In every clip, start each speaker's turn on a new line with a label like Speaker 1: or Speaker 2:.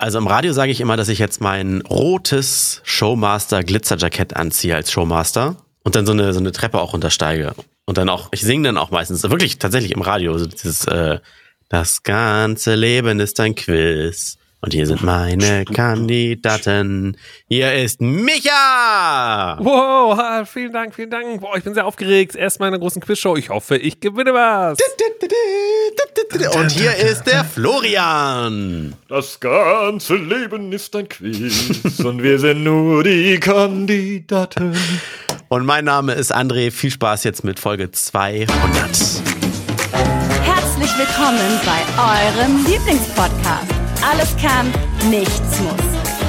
Speaker 1: Also im Radio sage ich immer, dass ich jetzt mein rotes Showmaster Glitzerjackett anziehe als Showmaster und dann so eine, so eine Treppe auch runtersteige. Und dann auch, ich singe dann auch meistens, wirklich tatsächlich im Radio, so dieses, äh, das ganze Leben ist ein Quiz. Und hier sind meine Kandidaten. Hier ist Micha!
Speaker 2: Wow, ha, vielen Dank, vielen Dank. Boah, ich bin sehr aufgeregt. Erst mal in einer großen Quizshow. Ich hoffe, ich gewinne was.
Speaker 1: Und hier ist der Florian!
Speaker 3: Das ganze Leben ist ein Quiz und wir sind nur die Kandidaten.
Speaker 1: Und mein Name ist André. Viel Spaß jetzt mit Folge 200.
Speaker 4: Herzlich willkommen bei eurem Lieblingspodcast. Alles kann, nichts muss.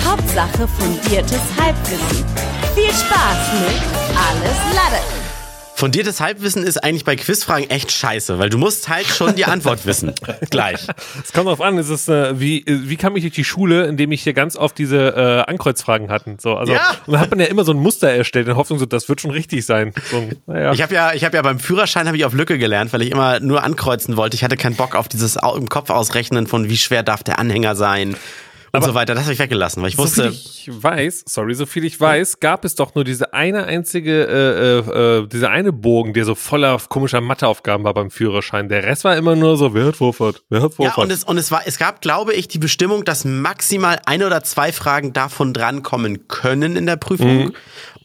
Speaker 4: Hauptsache fundiertes Halbwissen. Viel Spaß mit Alles Lade.
Speaker 1: Fundiertes Halbwissen ist eigentlich bei Quizfragen echt scheiße, weil du musst halt schon die Antwort wissen. Gleich.
Speaker 2: Es kommt drauf an, es ist, äh, wie, äh, wie kam ich durch die Schule, indem ich hier ganz oft diese äh, Ankreuzfragen hatten. So, also,
Speaker 1: Ja.
Speaker 2: Und da hat man ja immer so ein Muster erstellt, in der Hoffnung, so, das wird schon richtig sein. So, ein- naja.
Speaker 1: Ich habe ja, ich habe ja beim Führerschein habe ich auf Lücke gelernt, weil ich immer nur ankreuzen wollte. Ich hatte keinen Bock auf dieses Au- im Kopf ausrechnen von wie schwer darf der Anhänger sein und so weiter. Das habe ich weggelassen, weil ich wusste,
Speaker 2: so viel ich weiß, sorry, so viel ich weiß, gab es doch nur diese eine einzige, äh, äh, äh, diese eine Bogen, der so voller komischer Matheaufgaben war beim Führerschein. Der Rest war immer nur so, wer hat Vorfahrt, wer hat
Speaker 1: ja
Speaker 2: Vorfahrt.
Speaker 1: und es und es war, es gab, glaube ich, die Bestimmung, dass maximal ein oder zwei Fragen davon drankommen können in der Prüfung.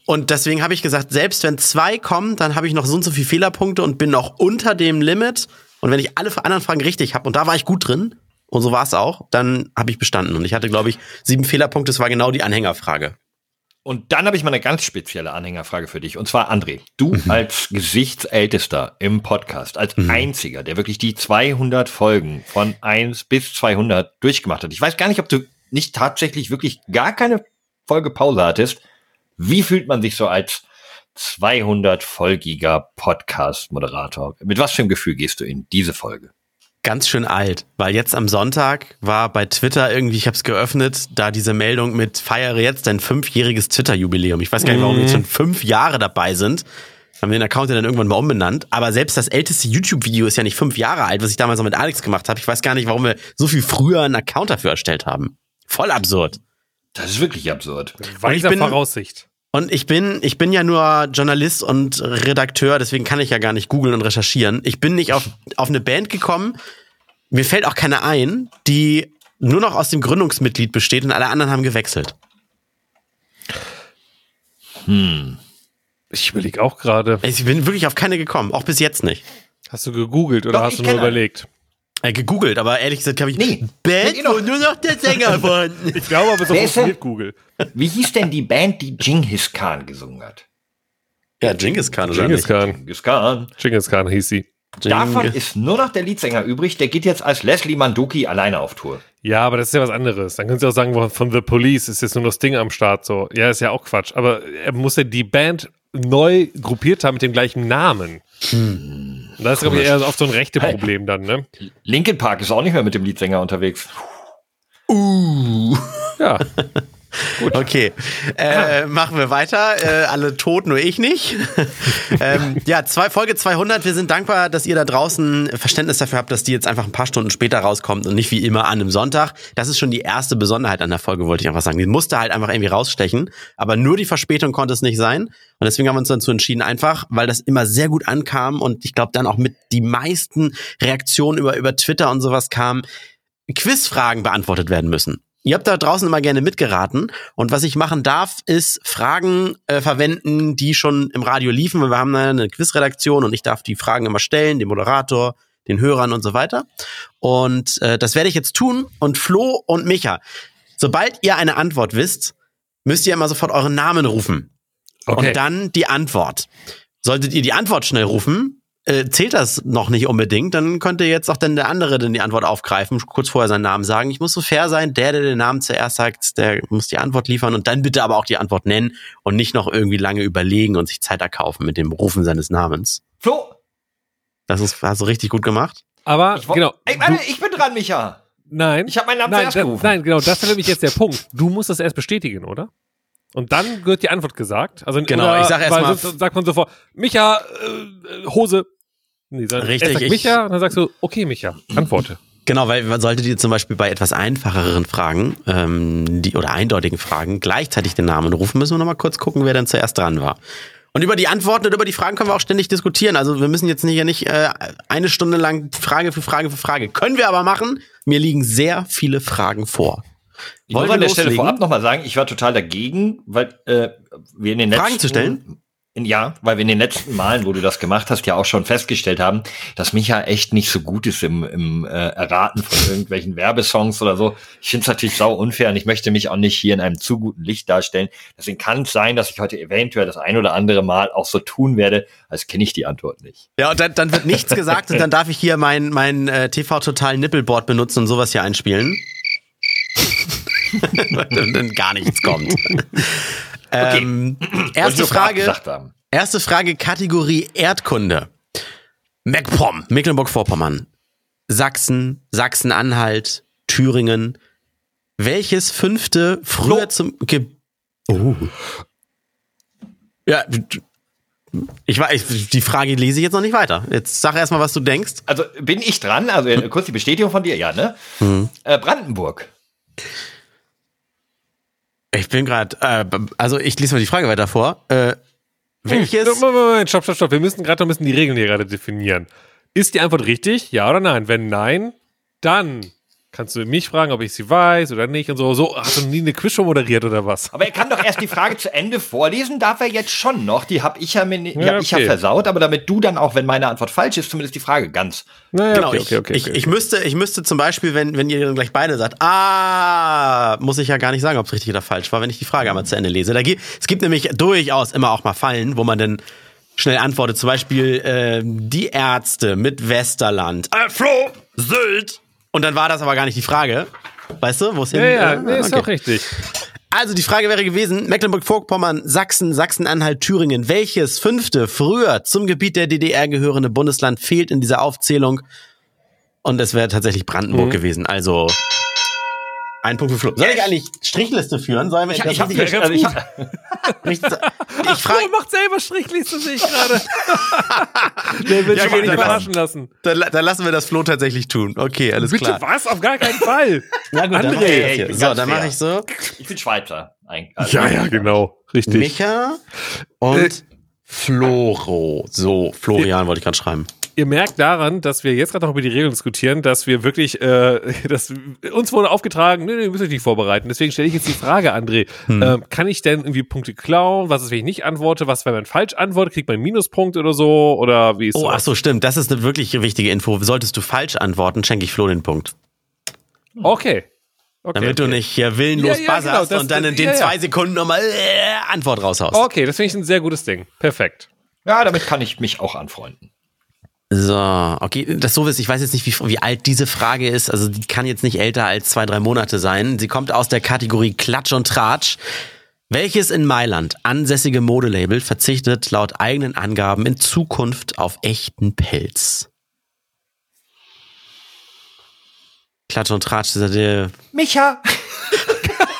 Speaker 1: Und deswegen habe ich gesagt, selbst wenn zwei kommen, dann habe ich noch so und so viele Fehlerpunkte und bin noch unter dem Limit. Und wenn ich alle anderen Fragen richtig habe, und da war ich gut drin, und so war es auch, dann habe ich bestanden. Und ich hatte, glaube ich, sieben Fehlerpunkte, das war genau die Anhängerfrage.
Speaker 3: Und dann habe ich mal eine ganz spezielle Anhängerfrage für dich. Und zwar, André, du als Gesichtsältester im Podcast, als einziger, der wirklich die 200 Folgen von 1 bis 200 durchgemacht hat. Ich weiß gar nicht, ob du nicht tatsächlich wirklich gar keine Folge Pause hattest. Wie fühlt man sich so als 200-folgiger Podcast-Moderator? Mit was für einem Gefühl gehst du in diese Folge?
Speaker 1: ganz schön alt, weil jetzt am Sonntag war bei Twitter irgendwie, ich habe es geöffnet, da diese Meldung mit feiere jetzt dein fünfjähriges Twitter-Jubiläum. Ich weiß gar nicht, warum wir jetzt schon fünf Jahre dabei sind. Haben den Account ja dann irgendwann mal umbenannt. Aber selbst das älteste YouTube-Video ist ja nicht fünf Jahre alt, was ich damals noch mit Alex gemacht habe. Ich weiß gar nicht, warum wir so viel früher einen Account dafür erstellt haben. Voll absurd.
Speaker 3: Das ist wirklich absurd.
Speaker 2: Weiser
Speaker 1: ich bin-
Speaker 2: Voraussicht.
Speaker 1: Und ich bin, ich bin ja nur Journalist und Redakteur, deswegen kann ich ja gar nicht googeln und recherchieren. Ich bin nicht auf, auf eine Band gekommen. Mir fällt auch keine ein, die nur noch aus dem Gründungsmitglied besteht und alle anderen haben gewechselt.
Speaker 2: Ich überlege auch gerade.
Speaker 1: Ich bin wirklich auf keine gekommen, auch bis jetzt nicht.
Speaker 2: Hast du gegoogelt oder
Speaker 3: Doch,
Speaker 2: hast
Speaker 3: ich
Speaker 2: du nur
Speaker 3: kenn einen.
Speaker 2: überlegt?
Speaker 1: Äh, gegoogelt, aber ehrlich gesagt habe ich
Speaker 3: Nee.
Speaker 1: Band,
Speaker 3: Nee,
Speaker 1: wo
Speaker 3: doch.
Speaker 1: nur noch der Sänger von.
Speaker 2: Ich glaube, aber so
Speaker 3: Wer ist
Speaker 2: funktioniert Google.
Speaker 3: Wie hieß denn die Band, die Genghis Khan gesungen hat?
Speaker 1: Ja, Genghis Khan oder
Speaker 2: Genghis
Speaker 1: nicht?
Speaker 2: Khan.
Speaker 3: Genghis Khan.
Speaker 2: Genghis Khan hieß sie.
Speaker 3: Davon
Speaker 1: Genghis-
Speaker 3: ist nur noch der Leadsänger übrig. Der geht jetzt als Leslie Manduki alleine auf Tour.
Speaker 2: Ja, aber das ist ja was anderes. Dann könntest du auch sagen, von The Police ist jetzt nur das Ding am Start. So, ja, ist ja auch Quatsch. Aber er muss ja die Band neu gruppiert haben mit dem gleichen Namen. Und Das ist, glaube ich, eher oft so ein rechte Problem dann, ne?
Speaker 3: Linkin Park ist auch nicht mehr mit dem Leadsänger unterwegs.
Speaker 2: Ja.
Speaker 1: Okay, äh, machen wir weiter. Äh, alle tot, nur ich nicht. ähm, ja, zwei, Folge 200. Wir sind dankbar, dass ihr da draußen Verständnis dafür habt, dass die jetzt einfach ein paar Stunden später rauskommt und nicht wie immer an einem Sonntag. Das ist schon die erste Besonderheit an der Folge, wollte ich einfach sagen. Die musste halt einfach irgendwie rausstechen. Aber nur die Verspätung konnte es nicht sein. Und deswegen haben wir uns dazu entschieden, einfach, weil das immer sehr gut ankam und ich glaube dann auch mit die meisten Reaktionen über, über Twitter und sowas kamen. Quizfragen beantwortet werden müssen. Ihr habt da draußen immer gerne mitgeraten. Und was ich machen darf, ist Fragen äh, verwenden, die schon im Radio liefen. weil Wir haben da eine Quizredaktion und ich darf die Fragen immer stellen, dem Moderator, den Hörern und so weiter. Und äh, das werde ich jetzt tun. Und Flo und Micha, sobald ihr eine Antwort wisst, müsst ihr immer sofort euren Namen rufen.
Speaker 2: Okay.
Speaker 1: Und dann die Antwort. Solltet ihr die Antwort schnell rufen, äh, zählt das noch nicht unbedingt, dann könnte jetzt auch dann der andere denn die Antwort aufgreifen, kurz vorher seinen Namen sagen. Ich muss so fair sein, der, der den Namen zuerst sagt, der muss die Antwort liefern und dann bitte aber auch die Antwort nennen und nicht noch irgendwie lange überlegen und sich Zeit erkaufen mit dem Rufen seines Namens.
Speaker 3: Flo,
Speaker 1: Das ist, hast du richtig gut gemacht.
Speaker 2: aber,
Speaker 3: ich, wo-
Speaker 2: genau.
Speaker 3: Ey, warte, ich bin dran, Micha.
Speaker 2: Nein.
Speaker 3: Ich habe meinen Namen
Speaker 2: nein,
Speaker 3: zuerst
Speaker 2: da,
Speaker 3: gerufen.
Speaker 2: nein, genau, das ist nämlich jetzt der Punkt. Du musst das erst bestätigen, oder? Und dann wird die Antwort gesagt. Also,
Speaker 1: Genau,
Speaker 2: oder,
Speaker 1: ich sag erst
Speaker 2: weil
Speaker 1: mal-
Speaker 2: sonst sagt man sofort, Micha, äh, Hose. Nee, sondern
Speaker 1: Richtig,
Speaker 2: erst sagt
Speaker 1: ich-
Speaker 2: Micha, und dann sagst du, okay, Micha, antworte.
Speaker 1: Genau, weil man sollte dir zum Beispiel bei etwas einfacheren Fragen ähm, die, oder eindeutigen Fragen gleichzeitig den Namen rufen, müssen wir nochmal kurz gucken, wer denn zuerst dran war. Und über die Antworten und über die Fragen können wir auch ständig diskutieren. Also wir müssen jetzt nicht, ja nicht äh, eine Stunde lang Frage für Frage für Frage. Können wir aber machen. Mir liegen sehr viele Fragen vor.
Speaker 3: Ich muss an der Stelle vorab nochmal sagen, ich war total dagegen, weil äh, wir in den letzten
Speaker 1: Fragen zu stellen?
Speaker 3: In, ja, weil wir in den letzten Malen, wo du das gemacht hast, ja auch schon festgestellt haben, dass Micha echt nicht so gut ist im, im äh, Erraten von irgendwelchen Werbesongs oder so. Ich finde es natürlich sau unfair und ich möchte mich auch nicht hier in einem zu guten Licht darstellen. Deswegen kann es sein, dass ich heute eventuell das ein oder andere Mal auch so tun werde, als kenne ich die Antwort nicht.
Speaker 1: Ja, und dann, dann wird nichts gesagt und dann darf ich hier mein, mein äh, TV-Total-Nippelboard benutzen und sowas hier einspielen. und dann gar nichts kommt. Ähm,
Speaker 3: Wollte ich
Speaker 1: erste
Speaker 3: nur vorab
Speaker 1: Frage.
Speaker 3: gesagt haben.
Speaker 1: Erste Frage, Kategorie Erdkunde. MacPom, Mecklenburg-Vorpommern, Sachsen, Sachsen-Anhalt, Thüringen. Welches fünfte früher
Speaker 3: Klo.
Speaker 1: zum. Ge Oh. Ja, ich weiß, die Frage lese ich jetzt noch nicht weiter. Jetzt sag erstmal, was du denkst.
Speaker 3: Also bin ich dran, also äh, kurz die Bestätigung von dir, ja, ne? Äh, Brandenburg.
Speaker 1: Ich bin gerade. Äh, also, ich lese mal die Frage weiter vor. Äh, welches.
Speaker 2: Moment, Moment, Moment, stopp, stopp, stopp. Wir müssen gerade noch ein bisschen die Regeln hier gerade definieren. Ist die Antwort richtig? Ja oder nein? Wenn nein, dann kannst du mich fragen, ob ich sie weiß oder nicht und so. So, hast du nie eine Quizshow moderiert oder was?
Speaker 3: Aber er kann doch erst die Frage zu Ende vorlesen, darf er jetzt schon noch. Die habe ich ja, mir, die
Speaker 2: Ja,
Speaker 3: hab ich ja
Speaker 2: okay.
Speaker 3: versaut, aber damit du dann auch, wenn meine Antwort falsch ist, zumindest die Frage ganz.
Speaker 2: Naja,
Speaker 1: Genau, ich, ich, ich, müsste, ich müsste zum Beispiel, wenn, wenn ihr dann gleich beide sagt, ah, muss ich ja gar nicht sagen, ob es richtig oder falsch war, wenn ich die Frage einmal zu Ende lese. Da gibt, es gibt nämlich durchaus immer auch mal Fallen, wo man dann schnell antwortet. Zum Beispiel ähm, die Ärzte mit Westerland. Äh, Flo, Sylt. Und dann war das aber gar nicht die Frage. Weißt du, wo es hin
Speaker 2: Ja, ja,
Speaker 1: äh,
Speaker 2: nee, ist
Speaker 1: okay.
Speaker 2: auch richtig.
Speaker 1: Also die Frage wäre gewesen, Mecklenburg-Vorpommern, Sachsen, Sachsen-Anhalt, Thüringen, welches fünfte früher zum Gebiet der DDR gehörende Bundesland fehlt in dieser Aufzählung? Und es wäre tatsächlich Brandenburg gewesen. Also ein Punkt für Flo. Soll ich eigentlich Strichliste führen? Sollen wir
Speaker 3: Ich,
Speaker 1: das
Speaker 3: ich, hab,
Speaker 1: muss ich-
Speaker 2: ganz
Speaker 3: also ich, hab,
Speaker 1: ich, ich frage,
Speaker 2: Flo macht selber Strichliste, sehe ich gerade. Der will
Speaker 1: Ja,
Speaker 2: sich ja, nicht
Speaker 1: dann-
Speaker 2: verarschen lassen.
Speaker 1: dann, la- dann lassen wir das Flo tatsächlich tun. Okay, alles
Speaker 2: Bitte
Speaker 1: klar.
Speaker 2: was? Auf gar keinen Fall.
Speaker 1: Na gut, dann
Speaker 2: André,
Speaker 1: mach ich das
Speaker 3: ich
Speaker 1: hier.
Speaker 3: bin
Speaker 1: So,
Speaker 3: ganz
Speaker 1: dann mache
Speaker 3: fair.
Speaker 1: ich so.
Speaker 3: ich bin Schweizer. Eigentlich. Also,
Speaker 2: Ja, ja, genau. Richtig. Äh,
Speaker 1: Micha und Floro. So, Florian wollte ich gerade schreiben.
Speaker 2: Ihr merkt daran, dass wir jetzt gerade noch über die Regeln diskutieren, dass wir wirklich, äh, dass uns wurde aufgetragen, nee, nee, ihr müsst euch nicht vorbereiten. Deswegen stelle ich jetzt die Frage, André, ähm, kann ich denn irgendwie Punkte klauen? Was ist, wenn ich nicht antworte? Was, wenn man falsch antwortet? Kriegt man einen Minuspunkt oder so? Oder wie ist
Speaker 1: Oh, ach
Speaker 2: das?
Speaker 1: so, stimmt. Das ist eine wirklich wichtige Info. Solltest du falsch antworten, schenke ich Flo den Punkt.
Speaker 2: Okay. okay.
Speaker 1: Damit du nicht hier willenlos
Speaker 2: Ja, ja,
Speaker 1: buzzerst
Speaker 2: genau, das-
Speaker 1: und dann in den
Speaker 2: ja, Oh. ja.
Speaker 1: zwei Sekunden nochmal äh, Antwort raushaust.
Speaker 2: Okay, das finde ich ein sehr gutes Ding. Perfekt.
Speaker 3: ja, damit kann ich mich auch anfreunden.
Speaker 1: So, okay. Das so ist, ich weiß jetzt nicht, wie, wie alt diese Frage ist. Also die kann jetzt nicht älter als zwei, drei Monate sein. Sie kommt aus der Kategorie Klatsch und Tratsch. Welches in Mailand ansässige Modelabel verzichtet laut eigenen Angaben in Zukunft auf echten Pelz? Klatsch und Tratsch, dieser der
Speaker 3: Micha!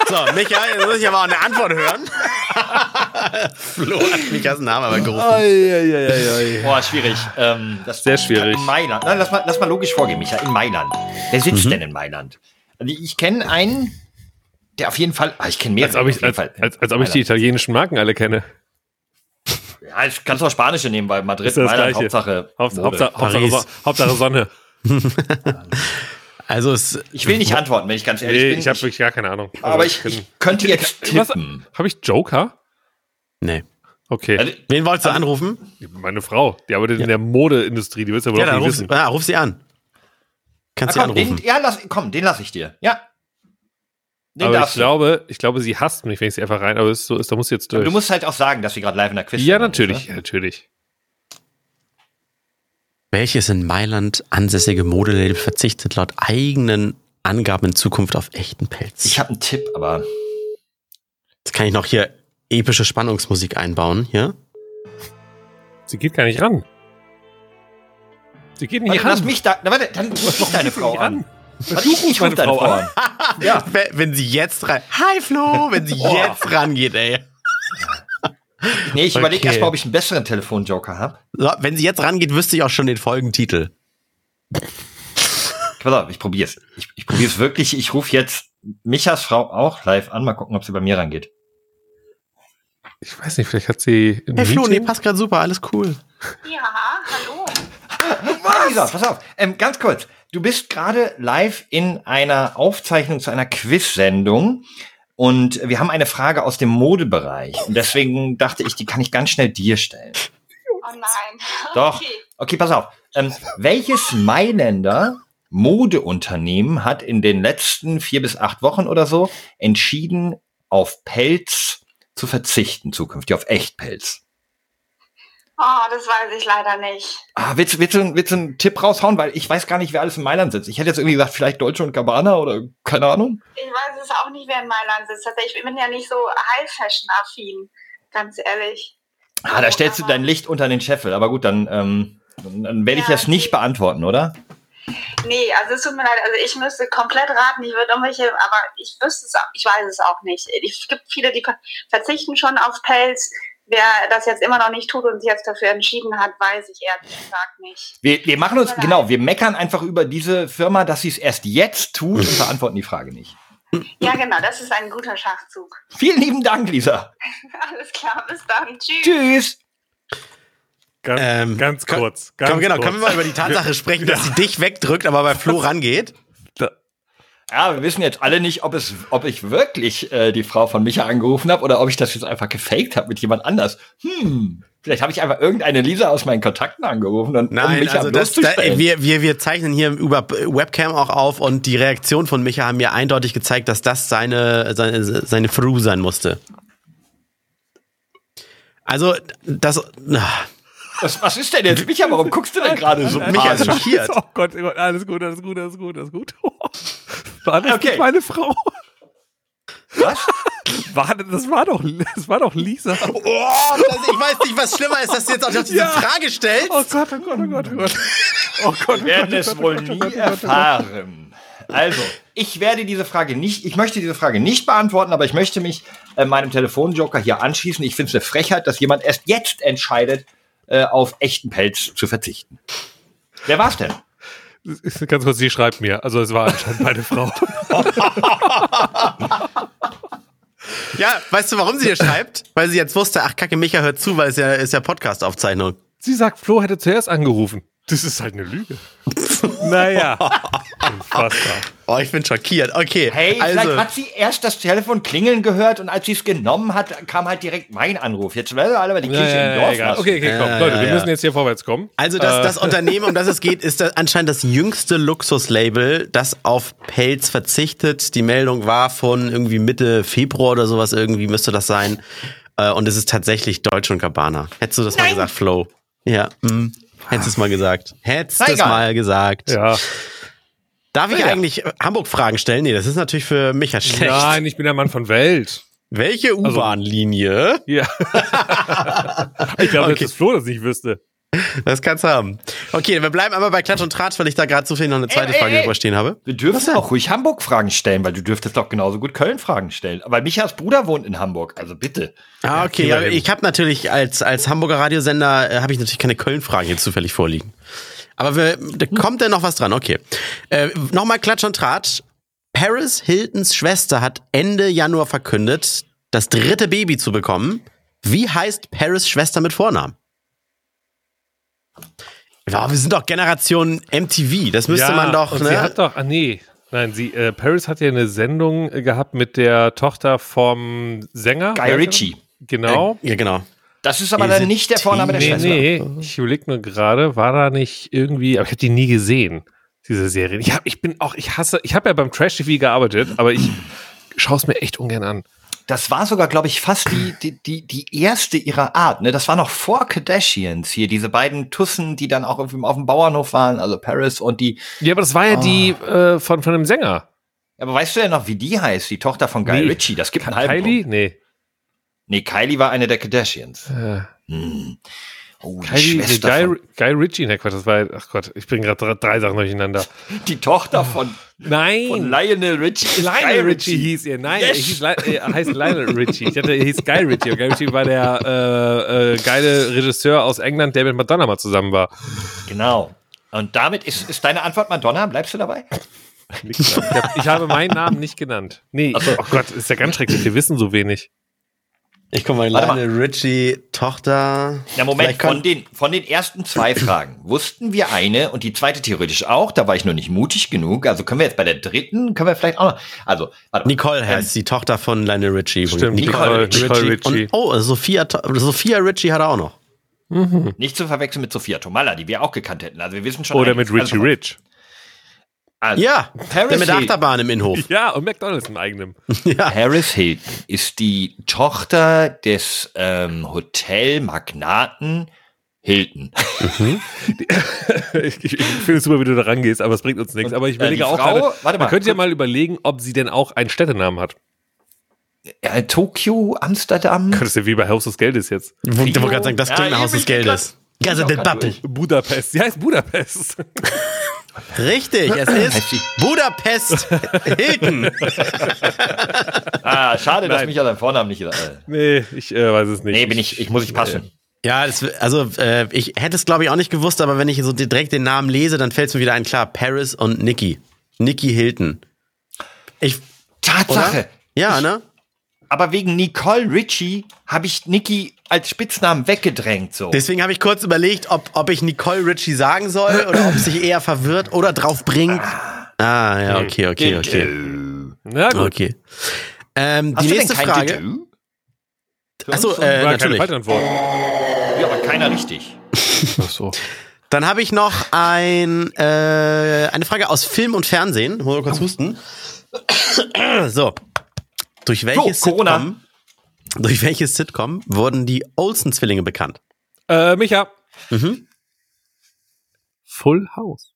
Speaker 1: So, Micha, jetzt muss ich aber auch eine Antwort hören. Flo hat Michas Namen aber gerufen.
Speaker 3: Boah, schwierig. Ähm, das
Speaker 2: Sehr schwierig.
Speaker 3: In Mailand. Nein, lass mal, lass mal logisch vorgehen, Micha. In Mailand. Wer
Speaker 2: Mhm.
Speaker 3: sitzt denn in Mailand? Also ich kenne einen, der auf jeden Fall. Ah, ich kenne
Speaker 2: Als
Speaker 3: mehrere.
Speaker 2: ob
Speaker 3: auf
Speaker 2: ich,
Speaker 3: jeden
Speaker 2: als,
Speaker 3: Fall.
Speaker 2: als, als ob ich die italienischen Marken alle kenne.
Speaker 3: Ja, ich kannst auch Spanische nehmen, weil Madrid,
Speaker 2: Ist das
Speaker 3: Mailand,
Speaker 2: Gleiche.
Speaker 3: Hauptsache.
Speaker 2: Haupts-
Speaker 3: Mode.
Speaker 2: Hauptsache, Hauptsache,
Speaker 1: Paris.
Speaker 2: Son- Hauptsache Sonne.
Speaker 1: Also es,
Speaker 3: Ich will nicht antworten, wenn ich ganz ehrlich
Speaker 2: Nee,
Speaker 3: bin.
Speaker 2: ich habe wirklich gar keine Ahnung.
Speaker 3: aber ich,
Speaker 2: Also,
Speaker 3: ich könnte jetzt
Speaker 2: was?
Speaker 3: tippen.
Speaker 2: Habe ich Joker?
Speaker 1: nee.
Speaker 2: Okay.
Speaker 3: Also,
Speaker 1: Wen wolltest du anrufen?
Speaker 2: Meine Frau, die arbeitet in der Modeindustrie, die willst du aber
Speaker 1: Ja,
Speaker 2: ja,
Speaker 1: dann
Speaker 2: nicht
Speaker 1: ruf,
Speaker 2: wissen.
Speaker 1: ah, ruf sie an.
Speaker 3: na,
Speaker 1: Kannst sie
Speaker 3: Ah, komm, den,
Speaker 1: anrufen.
Speaker 3: ja, lass, komm, den lass ich dir. Ja. Den
Speaker 2: aber ich
Speaker 3: darfst du.
Speaker 2: glaube, ich glaube, sie hasst mich, wenn ich sie einfach rein, aber es so ist, da muss sie jetzt durch.
Speaker 3: Du musst halt auch sagen, dass wir gerade live in der Quiz
Speaker 2: ja,
Speaker 3: sind,
Speaker 2: natürlich,
Speaker 3: ne?
Speaker 2: ja, natürlich.
Speaker 1: Welches in Mailand ansässige Modelabel verzichtet laut eigenen Angaben in Zukunft auf echten Pelz?
Speaker 3: Ich habe einen Tipp, aber
Speaker 1: Jetzt kann ich noch hier epische Spannungsmusik einbauen. Hier.
Speaker 2: Sie geht gar nicht ran. Sie geht nicht
Speaker 3: warte,
Speaker 2: ran.
Speaker 3: lass mich da. Na, warte, dann ruf ich deine Frau
Speaker 2: nicht
Speaker 3: an.
Speaker 2: ran.
Speaker 3: Warte, ich, ich ruf
Speaker 2: meine
Speaker 3: deine
Speaker 2: Frau
Speaker 3: Frau
Speaker 2: an.
Speaker 3: an.
Speaker 1: Ja. Wenn sie jetzt rein. Hi Flo, wenn sie
Speaker 3: Boah.
Speaker 1: jetzt rangeht, ey.
Speaker 3: Nee, ich überleg
Speaker 1: Okay.
Speaker 3: überlege erstmal, ob ich einen besseren Telefonjoker habe.
Speaker 1: So, wenn sie jetzt rangeht, wüsste ich auch schon den Folgentitel.
Speaker 3: pass auf, ich probier's. Ich, ich probier's wirklich. Ich rufe jetzt Michas Frau auch live an. Mal gucken, ob sie bei mir rangeht.
Speaker 2: Ich weiß nicht, vielleicht hat sie. ein
Speaker 1: Hey Flo, nee,
Speaker 2: Meeting?
Speaker 1: passt gerade super, alles cool.
Speaker 5: Ja, hallo.
Speaker 3: Lisa, pass auf. Ähm, ganz kurz. Du bist gerade live in einer Aufzeichnung zu einer Quiz-Sendung. Und wir haben eine Frage aus dem Modebereich. Und deswegen dachte ich, die kann ich ganz schnell dir stellen.
Speaker 5: Oh nein.
Speaker 3: Doch.
Speaker 5: Okay.
Speaker 3: Okay, pass auf. Ähm, welches Mailänder Modeunternehmen hat in den letzten vier bis acht Wochen oder so entschieden, auf Pelz zu verzichten zukünftig, auf Echtpelz?
Speaker 5: Oh, das weiß ich leider nicht.
Speaker 3: Ah, willst, du- willst, du- willst du einen Tipp raushauen? Weil ich weiß gar nicht, wer alles in Mailand sitzt. Ich hätte jetzt irgendwie gesagt, vielleicht Deutsche und Gabbana oder keine Ahnung.
Speaker 5: Ich weiß es auch nicht, wer in Mailand sitzt. Tatsächlich, ich bin ja nicht so High-Fashion-affin, ganz ehrlich.
Speaker 3: Ah, da stellst du dein Licht unter den Scheffel. Aber gut, dann, ähm, dann- dann werde ich
Speaker 5: Ja,
Speaker 3: das nicht beantworten, oder?
Speaker 5: Nee, also es tut mir leid, also ich müsste komplett raten, ich würde irgendwelche, aber ich wüsste es, auch- ich weiß es auch nicht. Es gibt viele, die ver- verzichten schon auf Pelz. Wer das jetzt immer noch nicht tut und sich jetzt dafür entschieden hat, weiß ich ehrlich gesagt nicht.
Speaker 3: Wir, wir machen uns,
Speaker 5: Tut mir leid.
Speaker 3: genau, wir meckern einfach über diese Firma, dass sie es erst jetzt tut und beantworten die Frage nicht.
Speaker 5: Ja, genau, das ist ein guter Schachzug.
Speaker 3: Vielen lieben Dank, Lisa.
Speaker 5: Alles klar, bis dann. Tschüss.
Speaker 3: Tschüss.
Speaker 2: Ganz,
Speaker 1: Ähm,
Speaker 2: ganz
Speaker 1: kann-
Speaker 2: kurz. Ganz
Speaker 1: Komm, genau,
Speaker 2: kurz.
Speaker 1: können wir mal über die Tatsache sprechen, dass sie dich wegdrückt, aber bei Flo rangeht?
Speaker 3: Ja, wir wissen jetzt alle nicht, ob, es, ob ich wirklich äh, die Frau von Micha angerufen habe oder ob ich das jetzt einfach gefaked habe mit jemand anders. Hm, vielleicht habe ich einfach irgendeine Lisa aus meinen Kontakten angerufen und um
Speaker 1: Nein,
Speaker 3: Micha
Speaker 1: also das, da,
Speaker 3: bloßzustellen.
Speaker 1: wir, wir, wir zeichnen hier über Webcam auch auf und die Reaktion von Micha haben mir eindeutig gezeigt, dass das seine, seine, seine Fru sein musste. Also, das. Na,
Speaker 3: was, was ist denn jetzt, Micha? Warum guckst du denn gerade so? Also,
Speaker 1: Micha also- ist
Speaker 3: panisch?
Speaker 1: schockiert.
Speaker 2: Oh Gott, oh Gott, alles gut, alles gut, alles gut, alles gut. War das
Speaker 3: Okay.
Speaker 2: nicht meine Frau?
Speaker 3: Was?
Speaker 2: War, das, war doch, das war doch Lisa.
Speaker 1: Oh, das, ich weiß nicht, was schlimmer ist, dass du jetzt auch noch diese
Speaker 2: Ja.
Speaker 1: Frage stellst.
Speaker 2: Oh Gott, oh Gott, oh Gott, oh Gott. Oh Gott, oh
Speaker 3: Wir werden
Speaker 2: Gott, oh
Speaker 3: es
Speaker 2: Gott, oh
Speaker 3: wohl
Speaker 2: Gott, oh
Speaker 3: nie
Speaker 2: Gott, oh Gott, oh Gott.
Speaker 3: erfahren. Also, ich werde diese Frage nicht, ich möchte diese Frage nicht beantworten, aber ich möchte mich äh, meinem Telefonjoker hier anschließen. Ich finde es eine Frechheit, dass jemand erst jetzt entscheidet, äh, auf echten Pelz zu verzichten. Wer war's denn?
Speaker 2: Ganz kurz, sie schreibt mir. Also es war anscheinend meine Frau.
Speaker 1: Ja, weißt du, warum sie dir schreibt? Weil sie jetzt wusste, ach Kacke, Micha hört zu, weil es ja ist ja Podcast-Aufzeichnung.
Speaker 2: Sie sagt, Flo hätte zuerst angerufen. Das ist halt eine Lüge. naja. Unfassbar.
Speaker 1: Oh, ich bin schockiert. Okay.
Speaker 3: Hey, vielleicht
Speaker 1: also,
Speaker 3: hat sie erst das Telefon klingeln gehört und als sie es genommen hat, kam halt direkt mein Anruf. Jetzt werden wir alle über die Kirche im Dorf lassen.
Speaker 2: Okay, okay, komm.
Speaker 1: Ja,
Speaker 2: Leute,
Speaker 1: ja,
Speaker 2: wir
Speaker 1: ja.
Speaker 2: müssen jetzt hier vorwärts kommen.
Speaker 1: also das, das Unternehmen, um das es geht, ist das anscheinend das jüngste Luxuslabel, das auf Pelz verzichtet. Die Meldung war von irgendwie Mitte Februar oder sowas irgendwie, müsste das sein. Äh, Und es ist tatsächlich Deutsch und Gabbana. Hättest du das mal gesagt, Flo? Ja. Hm. Hättest du es mal gesagt. Hättest du
Speaker 3: Na,
Speaker 1: es
Speaker 3: egal.
Speaker 1: mal gesagt.
Speaker 2: Ja.
Speaker 1: Darf ich
Speaker 3: Ja.
Speaker 1: eigentlich äh, Hamburg Fragen stellen? Nee, das ist natürlich für Micha schlecht.
Speaker 2: Nein, Also- ich bin der Mann von Welt.
Speaker 1: Welche U-Bahn-Linie?
Speaker 2: Ja. ich
Speaker 1: Okay.
Speaker 2: glaube, dass das Flo das nicht wüsste.
Speaker 1: Das kannst du haben. Okay, wir bleiben einmal bei Klatsch und Tratsch, weil ich da gerade zufällig noch eine zweite
Speaker 3: ey,
Speaker 1: Frage
Speaker 3: ey.
Speaker 1: überstehen habe.
Speaker 3: Wir dürfen auch ruhig Hamburg-Fragen stellen, weil du dürftest doch genauso gut Köln-Fragen stellen. Weil Michas Bruder wohnt in Hamburg, also bitte.
Speaker 1: Ah, okay.
Speaker 2: geh mal
Speaker 1: Ja,
Speaker 2: hin.
Speaker 1: ich habe natürlich als, als Hamburger Radiosender äh, habe ich natürlich keine Köln-Fragen hier zufällig vorliegen. Aber wir, da kommt denn noch was dran? Okay. Äh, Nochmal Klatsch und Tratsch. Paris Hiltons Schwester hat Ende Januar verkündet, das dritte Baby zu bekommen. Wie heißt Paris Schwester mit Vornamen? Ja, wir sind doch Generation MTV. Das müsste man doch.
Speaker 2: und
Speaker 1: Ne?
Speaker 2: Sie hat doch, ah nee, nein, sie, äh, Paris hat ja eine Sendung äh, gehabt mit der Tochter vom Sänger.
Speaker 3: Guy Ritchie.
Speaker 2: Genau.
Speaker 1: Ja, genau.
Speaker 3: Das ist aber
Speaker 1: Diese
Speaker 3: dann nicht der Vorname der
Speaker 2: nee,
Speaker 3: Schwester.
Speaker 2: nee, ich überlege nur gerade, war da nicht irgendwie, aber ich habe die nie gesehen, diese Serie. Ich, hab, ich bin auch, ich hasse, ich habe ja beim Trash-TV gearbeitet, aber ich schaue es mir echt ungern an.
Speaker 3: Das war sogar, glaube ich, fast die, die, die, die erste ihrer Art. Ne? Das war noch vor Kardashians hier, diese beiden Tussen, die dann auch auf dem, auf dem Bauernhof waren, also Paris und die.
Speaker 2: Ja, aber das war ja die äh, von, von einem Sänger.
Speaker 3: Aber weißt du ja noch, wie die heißt, die Tochter von Guy
Speaker 2: Nee.
Speaker 3: Ritchie? Das gibt einen halben.
Speaker 2: Kylie?
Speaker 3: Punkt.
Speaker 2: Nee.
Speaker 3: Nee, Kylie war eine der Kardashians.
Speaker 2: Äh,
Speaker 3: Oh, die
Speaker 2: Kylie, nee,
Speaker 3: Schwester.
Speaker 2: Guy,
Speaker 3: von,
Speaker 2: Guy Ritchie, ne Quatsch, das war, ach Gott, ich bringe gerade drei, drei Sachen durcheinander.
Speaker 3: die Tochter von,
Speaker 2: Nein!
Speaker 3: von Lionel Richie. ist
Speaker 2: Oh, Lionel
Speaker 3: Guy
Speaker 2: Richie hieß ihr. Nein,
Speaker 3: Yes.
Speaker 2: er, hieß, Li- er heißt Lionel Richie. Ich dachte, er hieß Guy Richie. Und Guy Richie war der äh, äh, geile Regisseur aus England, der mit Madonna mal zusammen war.
Speaker 3: Genau. Und damit ist, ist deine Antwort Madonna. Bleibst du dabei?
Speaker 2: Ich, hab, ich habe meinen Namen nicht genannt. Nee, oh Gott, ist ja ganz schrecklich. Wir wissen so wenig.
Speaker 1: Ich guck mal,
Speaker 3: Warte mal.
Speaker 1: kleine Richie, Tochter.
Speaker 3: Na Moment,
Speaker 1: Vielleicht kommt-
Speaker 3: von den, von den ersten zwei Fragen wussten wir eine und die zweite theoretisch auch. Da war ich nur nicht mutig genug. Also können wir jetzt bei der dritten, können wir vielleicht auch noch. Also, warte mal.
Speaker 1: Nicole heißt die Tochter von Lionel Richie.
Speaker 2: Stimmt, Nicole- Nicole Richie.
Speaker 1: Und, oh, Sophia, To- Sophia Richie hat er auch noch.
Speaker 3: Nicht zu verwechseln mit Sophia Tomalla, die wir auch gekannt hätten. Also wir wissen schon.
Speaker 2: Oder
Speaker 3: einiges.
Speaker 2: mit Richie
Speaker 3: also,
Speaker 2: Rich.
Speaker 3: Also,
Speaker 1: Ja, der mit der
Speaker 3: Heresy.
Speaker 1: Achterbahn im Innenhof.
Speaker 2: Ja, und McDonalds im eigenen.
Speaker 3: Harris Hilton ist die Tochter des ähm, Hotelmagnaten Hilton.
Speaker 2: Ich, ich, ich finde es super, wie du da rangehst, aber es bringt uns nichts. Aber ich
Speaker 3: äh, die
Speaker 2: überlege auch
Speaker 3: Frau-
Speaker 2: gerade,
Speaker 3: warte
Speaker 2: man
Speaker 3: mal,
Speaker 2: könnte ja
Speaker 3: kurz.
Speaker 2: mal überlegen, ob sie denn auch einen Städtenamen hat.
Speaker 3: Äh, Tokio, Amsterdam.
Speaker 2: Gott, Das ist ja wie bei Haus des Geldes jetzt.
Speaker 1: Ich wollte gerade sagen, das
Speaker 3: Ja,
Speaker 1: klingt nach
Speaker 3: hier
Speaker 1: Haus
Speaker 3: bin
Speaker 1: des
Speaker 3: ich grad-
Speaker 1: Geldes. Also
Speaker 3: auch
Speaker 1: der
Speaker 3: grad
Speaker 1: Bappel.
Speaker 3: durch.
Speaker 2: Budapest. Sie heißt Budapest.
Speaker 1: Richtig, es ist
Speaker 3: Heißt sie-
Speaker 1: Budapest Hilton.
Speaker 3: Ah, schade, dass
Speaker 2: Nein.
Speaker 3: mich ja dein Vornamen nicht. Äh,
Speaker 2: Nee, ich äh, weiß es nicht. Äh.
Speaker 3: nee, bin ich, ich muss ich passen.
Speaker 1: Ja, es, also äh, ich hätte es glaube ich auch nicht gewusst, aber wenn ich so direkt den Namen lese, dann fällt es mir wieder ein klar. Paris und Nikki. Nikki Hilton. Ich. Oder?
Speaker 3: Tatsache.
Speaker 1: Ja, ne?
Speaker 3: Aber wegen Nicole Richie habe ich Nikki als Spitznamen weggedrängt. So.
Speaker 1: Deswegen habe ich kurz überlegt, ob, ob ich Nicole Richie sagen soll oder ob es sich eher verwirrt oder drauf bringt. Ah, ja, okay, okay, okay.
Speaker 3: Didou.
Speaker 2: Na gut.
Speaker 1: Okay. Ähm,
Speaker 3: Hast
Speaker 1: die
Speaker 3: du
Speaker 1: nächste
Speaker 3: denn kein
Speaker 1: Frage.
Speaker 3: Didou?
Speaker 1: Achso, äh,
Speaker 2: War keine
Speaker 1: natürlich.
Speaker 2: falsche Antwort.
Speaker 3: Ja, aber keiner richtig.
Speaker 2: Ach so.
Speaker 1: Dann habe ich noch ein, äh, eine Frage aus Film und Fernsehen. Muss mal kurz husten. So. Durch welches,
Speaker 3: Corona.
Speaker 1: Sitcom, durch welches Sitcom wurden die Olsen-Zwillinge bekannt?
Speaker 2: Äh, Micha.
Speaker 1: Mhm.
Speaker 2: Full House.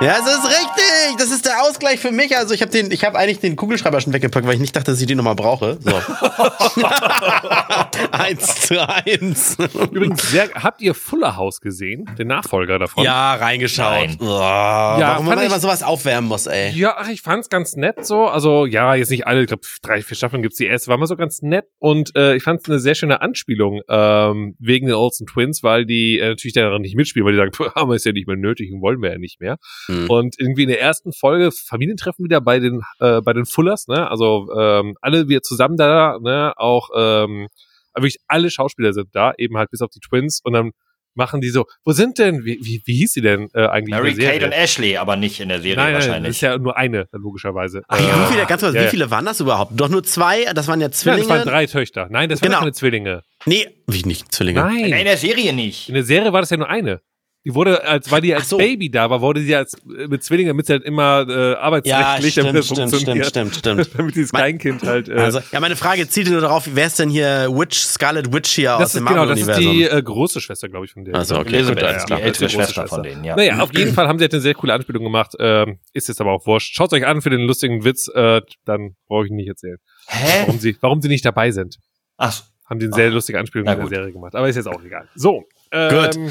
Speaker 1: Ja, es ist richtig. Das ist der Ausgleich für mich. Also ich habe den, ich habe eigentlich den Kugelschreiber schon weggepackt, weil ich nicht dachte, dass ich den nochmal brauche. So. eins zu eins.
Speaker 2: Übrigens, sehr, habt ihr Fuller House gesehen? Den Nachfolger davon?
Speaker 1: Ja, reingeschaut.
Speaker 3: Nein.
Speaker 1: Oh, ja, warum
Speaker 2: fand
Speaker 1: man
Speaker 2: ich-
Speaker 1: immer sowas aufwärmen muss, ey.
Speaker 2: Ja, ach, ich fand's ganz nett so. Also, ja, jetzt nicht alle, ich glaube, drei, vier Staffeln gibt's die erste, war mal so ganz nett. Und äh, ich fand's eine sehr schöne Anspielung ähm, wegen den Olsen Twins, weil die äh, natürlich daran nicht mitspielen, weil die sagen, "Puh, haben wir es ja nicht mehr nötig und wollen wir ja nicht mehr.
Speaker 1: Mhm.
Speaker 2: Und irgendwie in der ersten Folge Familientreffen wieder bei den äh, bei den Fullers, ne? Also ähm, alle wir zusammen da, ne? Auch ähm, wirklich alle Schauspieler sind da, eben halt bis auf die Twins. Und dann machen die so, wo sind denn, wie, wie, wie hieß sie denn äh, eigentlich? in der
Speaker 3: Mary
Speaker 2: Serie?
Speaker 3: Kate und Ashley, aber nicht in der Serie
Speaker 2: Nein, nein, das
Speaker 3: wahrscheinlich.
Speaker 2: ist ja nur eine, logischerweise.
Speaker 1: Ach,
Speaker 2: Äh,
Speaker 1: wie viele, ganz kurz,
Speaker 2: ja, ja.
Speaker 1: wie viele waren das überhaupt? Doch nur zwei, das waren ja
Speaker 2: Nein,
Speaker 1: Zwillinge.
Speaker 2: das waren drei Töchter. Nein, das waren
Speaker 1: Genau.
Speaker 2: keine Zwillinge.
Speaker 1: Nee, wie nicht Zwillinge.
Speaker 2: Nein.
Speaker 3: Nein, Äh, in der Serie nicht.
Speaker 2: In der Serie war das ja nur eine. Die wurde, als weil die als
Speaker 1: so.
Speaker 2: Baby da war, wurde sie als äh, mit Zwillingen, damit sie halt immer äh,
Speaker 1: Ja,
Speaker 2: arbeitsrechtlich damit
Speaker 1: stimmt, stimmt,
Speaker 2: das
Speaker 1: stimmt,
Speaker 2: funktioniert.
Speaker 1: stimmt, stimmt.
Speaker 2: Damit dieses Kleinkind halt. Äh,
Speaker 1: Also, ja, meine Frage zielt nur darauf, wer ist denn hier Witch, Scarlet Witch hier aus
Speaker 2: das
Speaker 1: dem
Speaker 2: ist genau, das ist
Speaker 1: Marvel-Universum?
Speaker 2: die äh, große Schwester, glaube ich, von der.
Speaker 1: Ach so, okay,
Speaker 3: Elizabeth
Speaker 1: gut, alles
Speaker 3: ist die
Speaker 1: klar.
Speaker 3: ältere
Speaker 2: große
Speaker 3: Schwester von denen, ja.
Speaker 2: Naja, auf jeden Fall haben sie halt eine sehr coole Anspielung gemacht. Ähm, ist jetzt aber auch wurscht. Schaut euch an für den lustigen Witz, äh, dann brauche ich ihn nicht erzählen.
Speaker 3: Hä?
Speaker 2: Warum sie, warum sie nicht dabei sind.
Speaker 3: Ach, so.
Speaker 2: Haben die eine sehr lustige Anspielung
Speaker 3: Na
Speaker 2: in der
Speaker 3: gut.
Speaker 2: Serie gemacht. Aber ist jetzt auch egal. So.
Speaker 1: Gut.
Speaker 2: Ähm,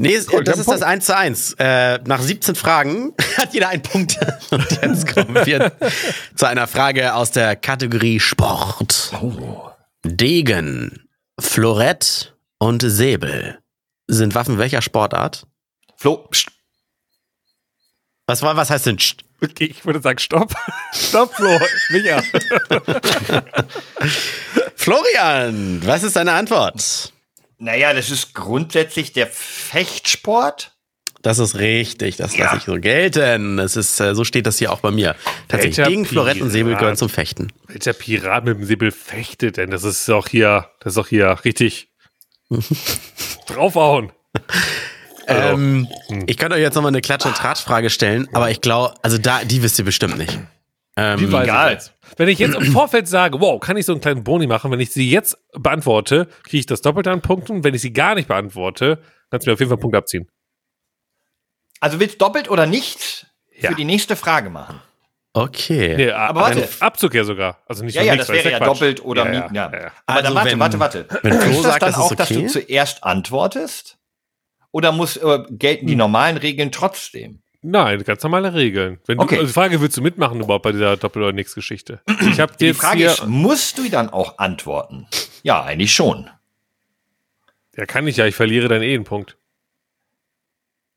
Speaker 1: Nee, es-
Speaker 2: Cool, wir
Speaker 1: das
Speaker 2: haben
Speaker 1: ist das
Speaker 2: Punkt.
Speaker 1: 1 zu 1. Äh, nach 17 Fragen hat jeder einen Punkt. Und jetzt kommen wir zu einer Frage aus der Kategorie Sport.
Speaker 2: Oh.
Speaker 1: Degen, Florett und Säbel sind Waffen welcher Sportart?
Speaker 3: Flo, pst,
Speaker 1: Was, war- was heißt denn? St?
Speaker 2: okay, ich würde sagen, stopp. Stopp, Flo. Micha.
Speaker 1: Florian, was ist deine Antwort?
Speaker 3: Naja, das ist grundsätzlich der Fechtsport.
Speaker 1: Das ist richtig, das lasse ich so gelten. Es ist, äh, so steht das hier auch bei mir. Tatsächlich,
Speaker 2: Welcher
Speaker 1: Degen, Florett und Säbel
Speaker 2: Pirat?
Speaker 1: gehören zum Fechten.
Speaker 2: Welcher Pirat mit dem Säbel fechtet denn? Das ist auch hier, das ist auch hier richtig draufhauen. Also,
Speaker 1: Ähm,
Speaker 2: hm.
Speaker 1: Ich könnte euch jetzt nochmal eine Klatsch- und Tratschfrage stellen, aber ich glaube, also da, die wisst ihr bestimmt nicht. Ähm,
Speaker 2: weiß
Speaker 3: egal.
Speaker 2: ich jetzt. Wenn ich jetzt im Vorfeld sage, wow, kann ich so einen kleinen Boni machen, wenn ich sie jetzt beantworte, kriege ich das Doppelte an Punkten. Wenn ich sie gar nicht beantworte, kannst du mir auf jeden Fall einen Punkt abziehen.
Speaker 3: Also willst doppelt oder nichts
Speaker 2: Ja.
Speaker 3: für die nächste Frage machen?
Speaker 1: okay.
Speaker 2: Nee, aber
Speaker 3: Aber warte.
Speaker 2: Abzug ja sogar. Also nicht
Speaker 3: Ja,
Speaker 2: nur
Speaker 3: ja,
Speaker 2: nichts,
Speaker 3: das
Speaker 2: weil
Speaker 3: wäre ja
Speaker 2: ist Quatsch.
Speaker 3: doppelt oder
Speaker 2: Ja,
Speaker 3: nie.
Speaker 2: ja,
Speaker 3: Ja.
Speaker 2: ja, ja.
Speaker 3: Aber dann
Speaker 1: Also
Speaker 3: warte,
Speaker 1: wenn-
Speaker 3: warte, warte.
Speaker 1: wenn Flo
Speaker 3: ist das
Speaker 1: sagt,
Speaker 3: dann
Speaker 1: das ist
Speaker 3: auch, dass du
Speaker 1: okay?
Speaker 3: zuerst antwortest? Oder muss, äh, gelten
Speaker 2: Hm.
Speaker 3: die normalen Regeln trotzdem?
Speaker 2: Nein, ganz normale Regeln. Wenn du,
Speaker 3: Okay.
Speaker 2: also die Frage, willst du mitmachen überhaupt bei dieser Doppel- oder Nix-Geschichte? Ich habe
Speaker 3: Die
Speaker 2: jetzt
Speaker 3: Frage
Speaker 2: hier,
Speaker 3: ist, musst du dann auch antworten? Ja, eigentlich schon.
Speaker 2: ja kann ich ja, ich verliere dann eh einen Punkt.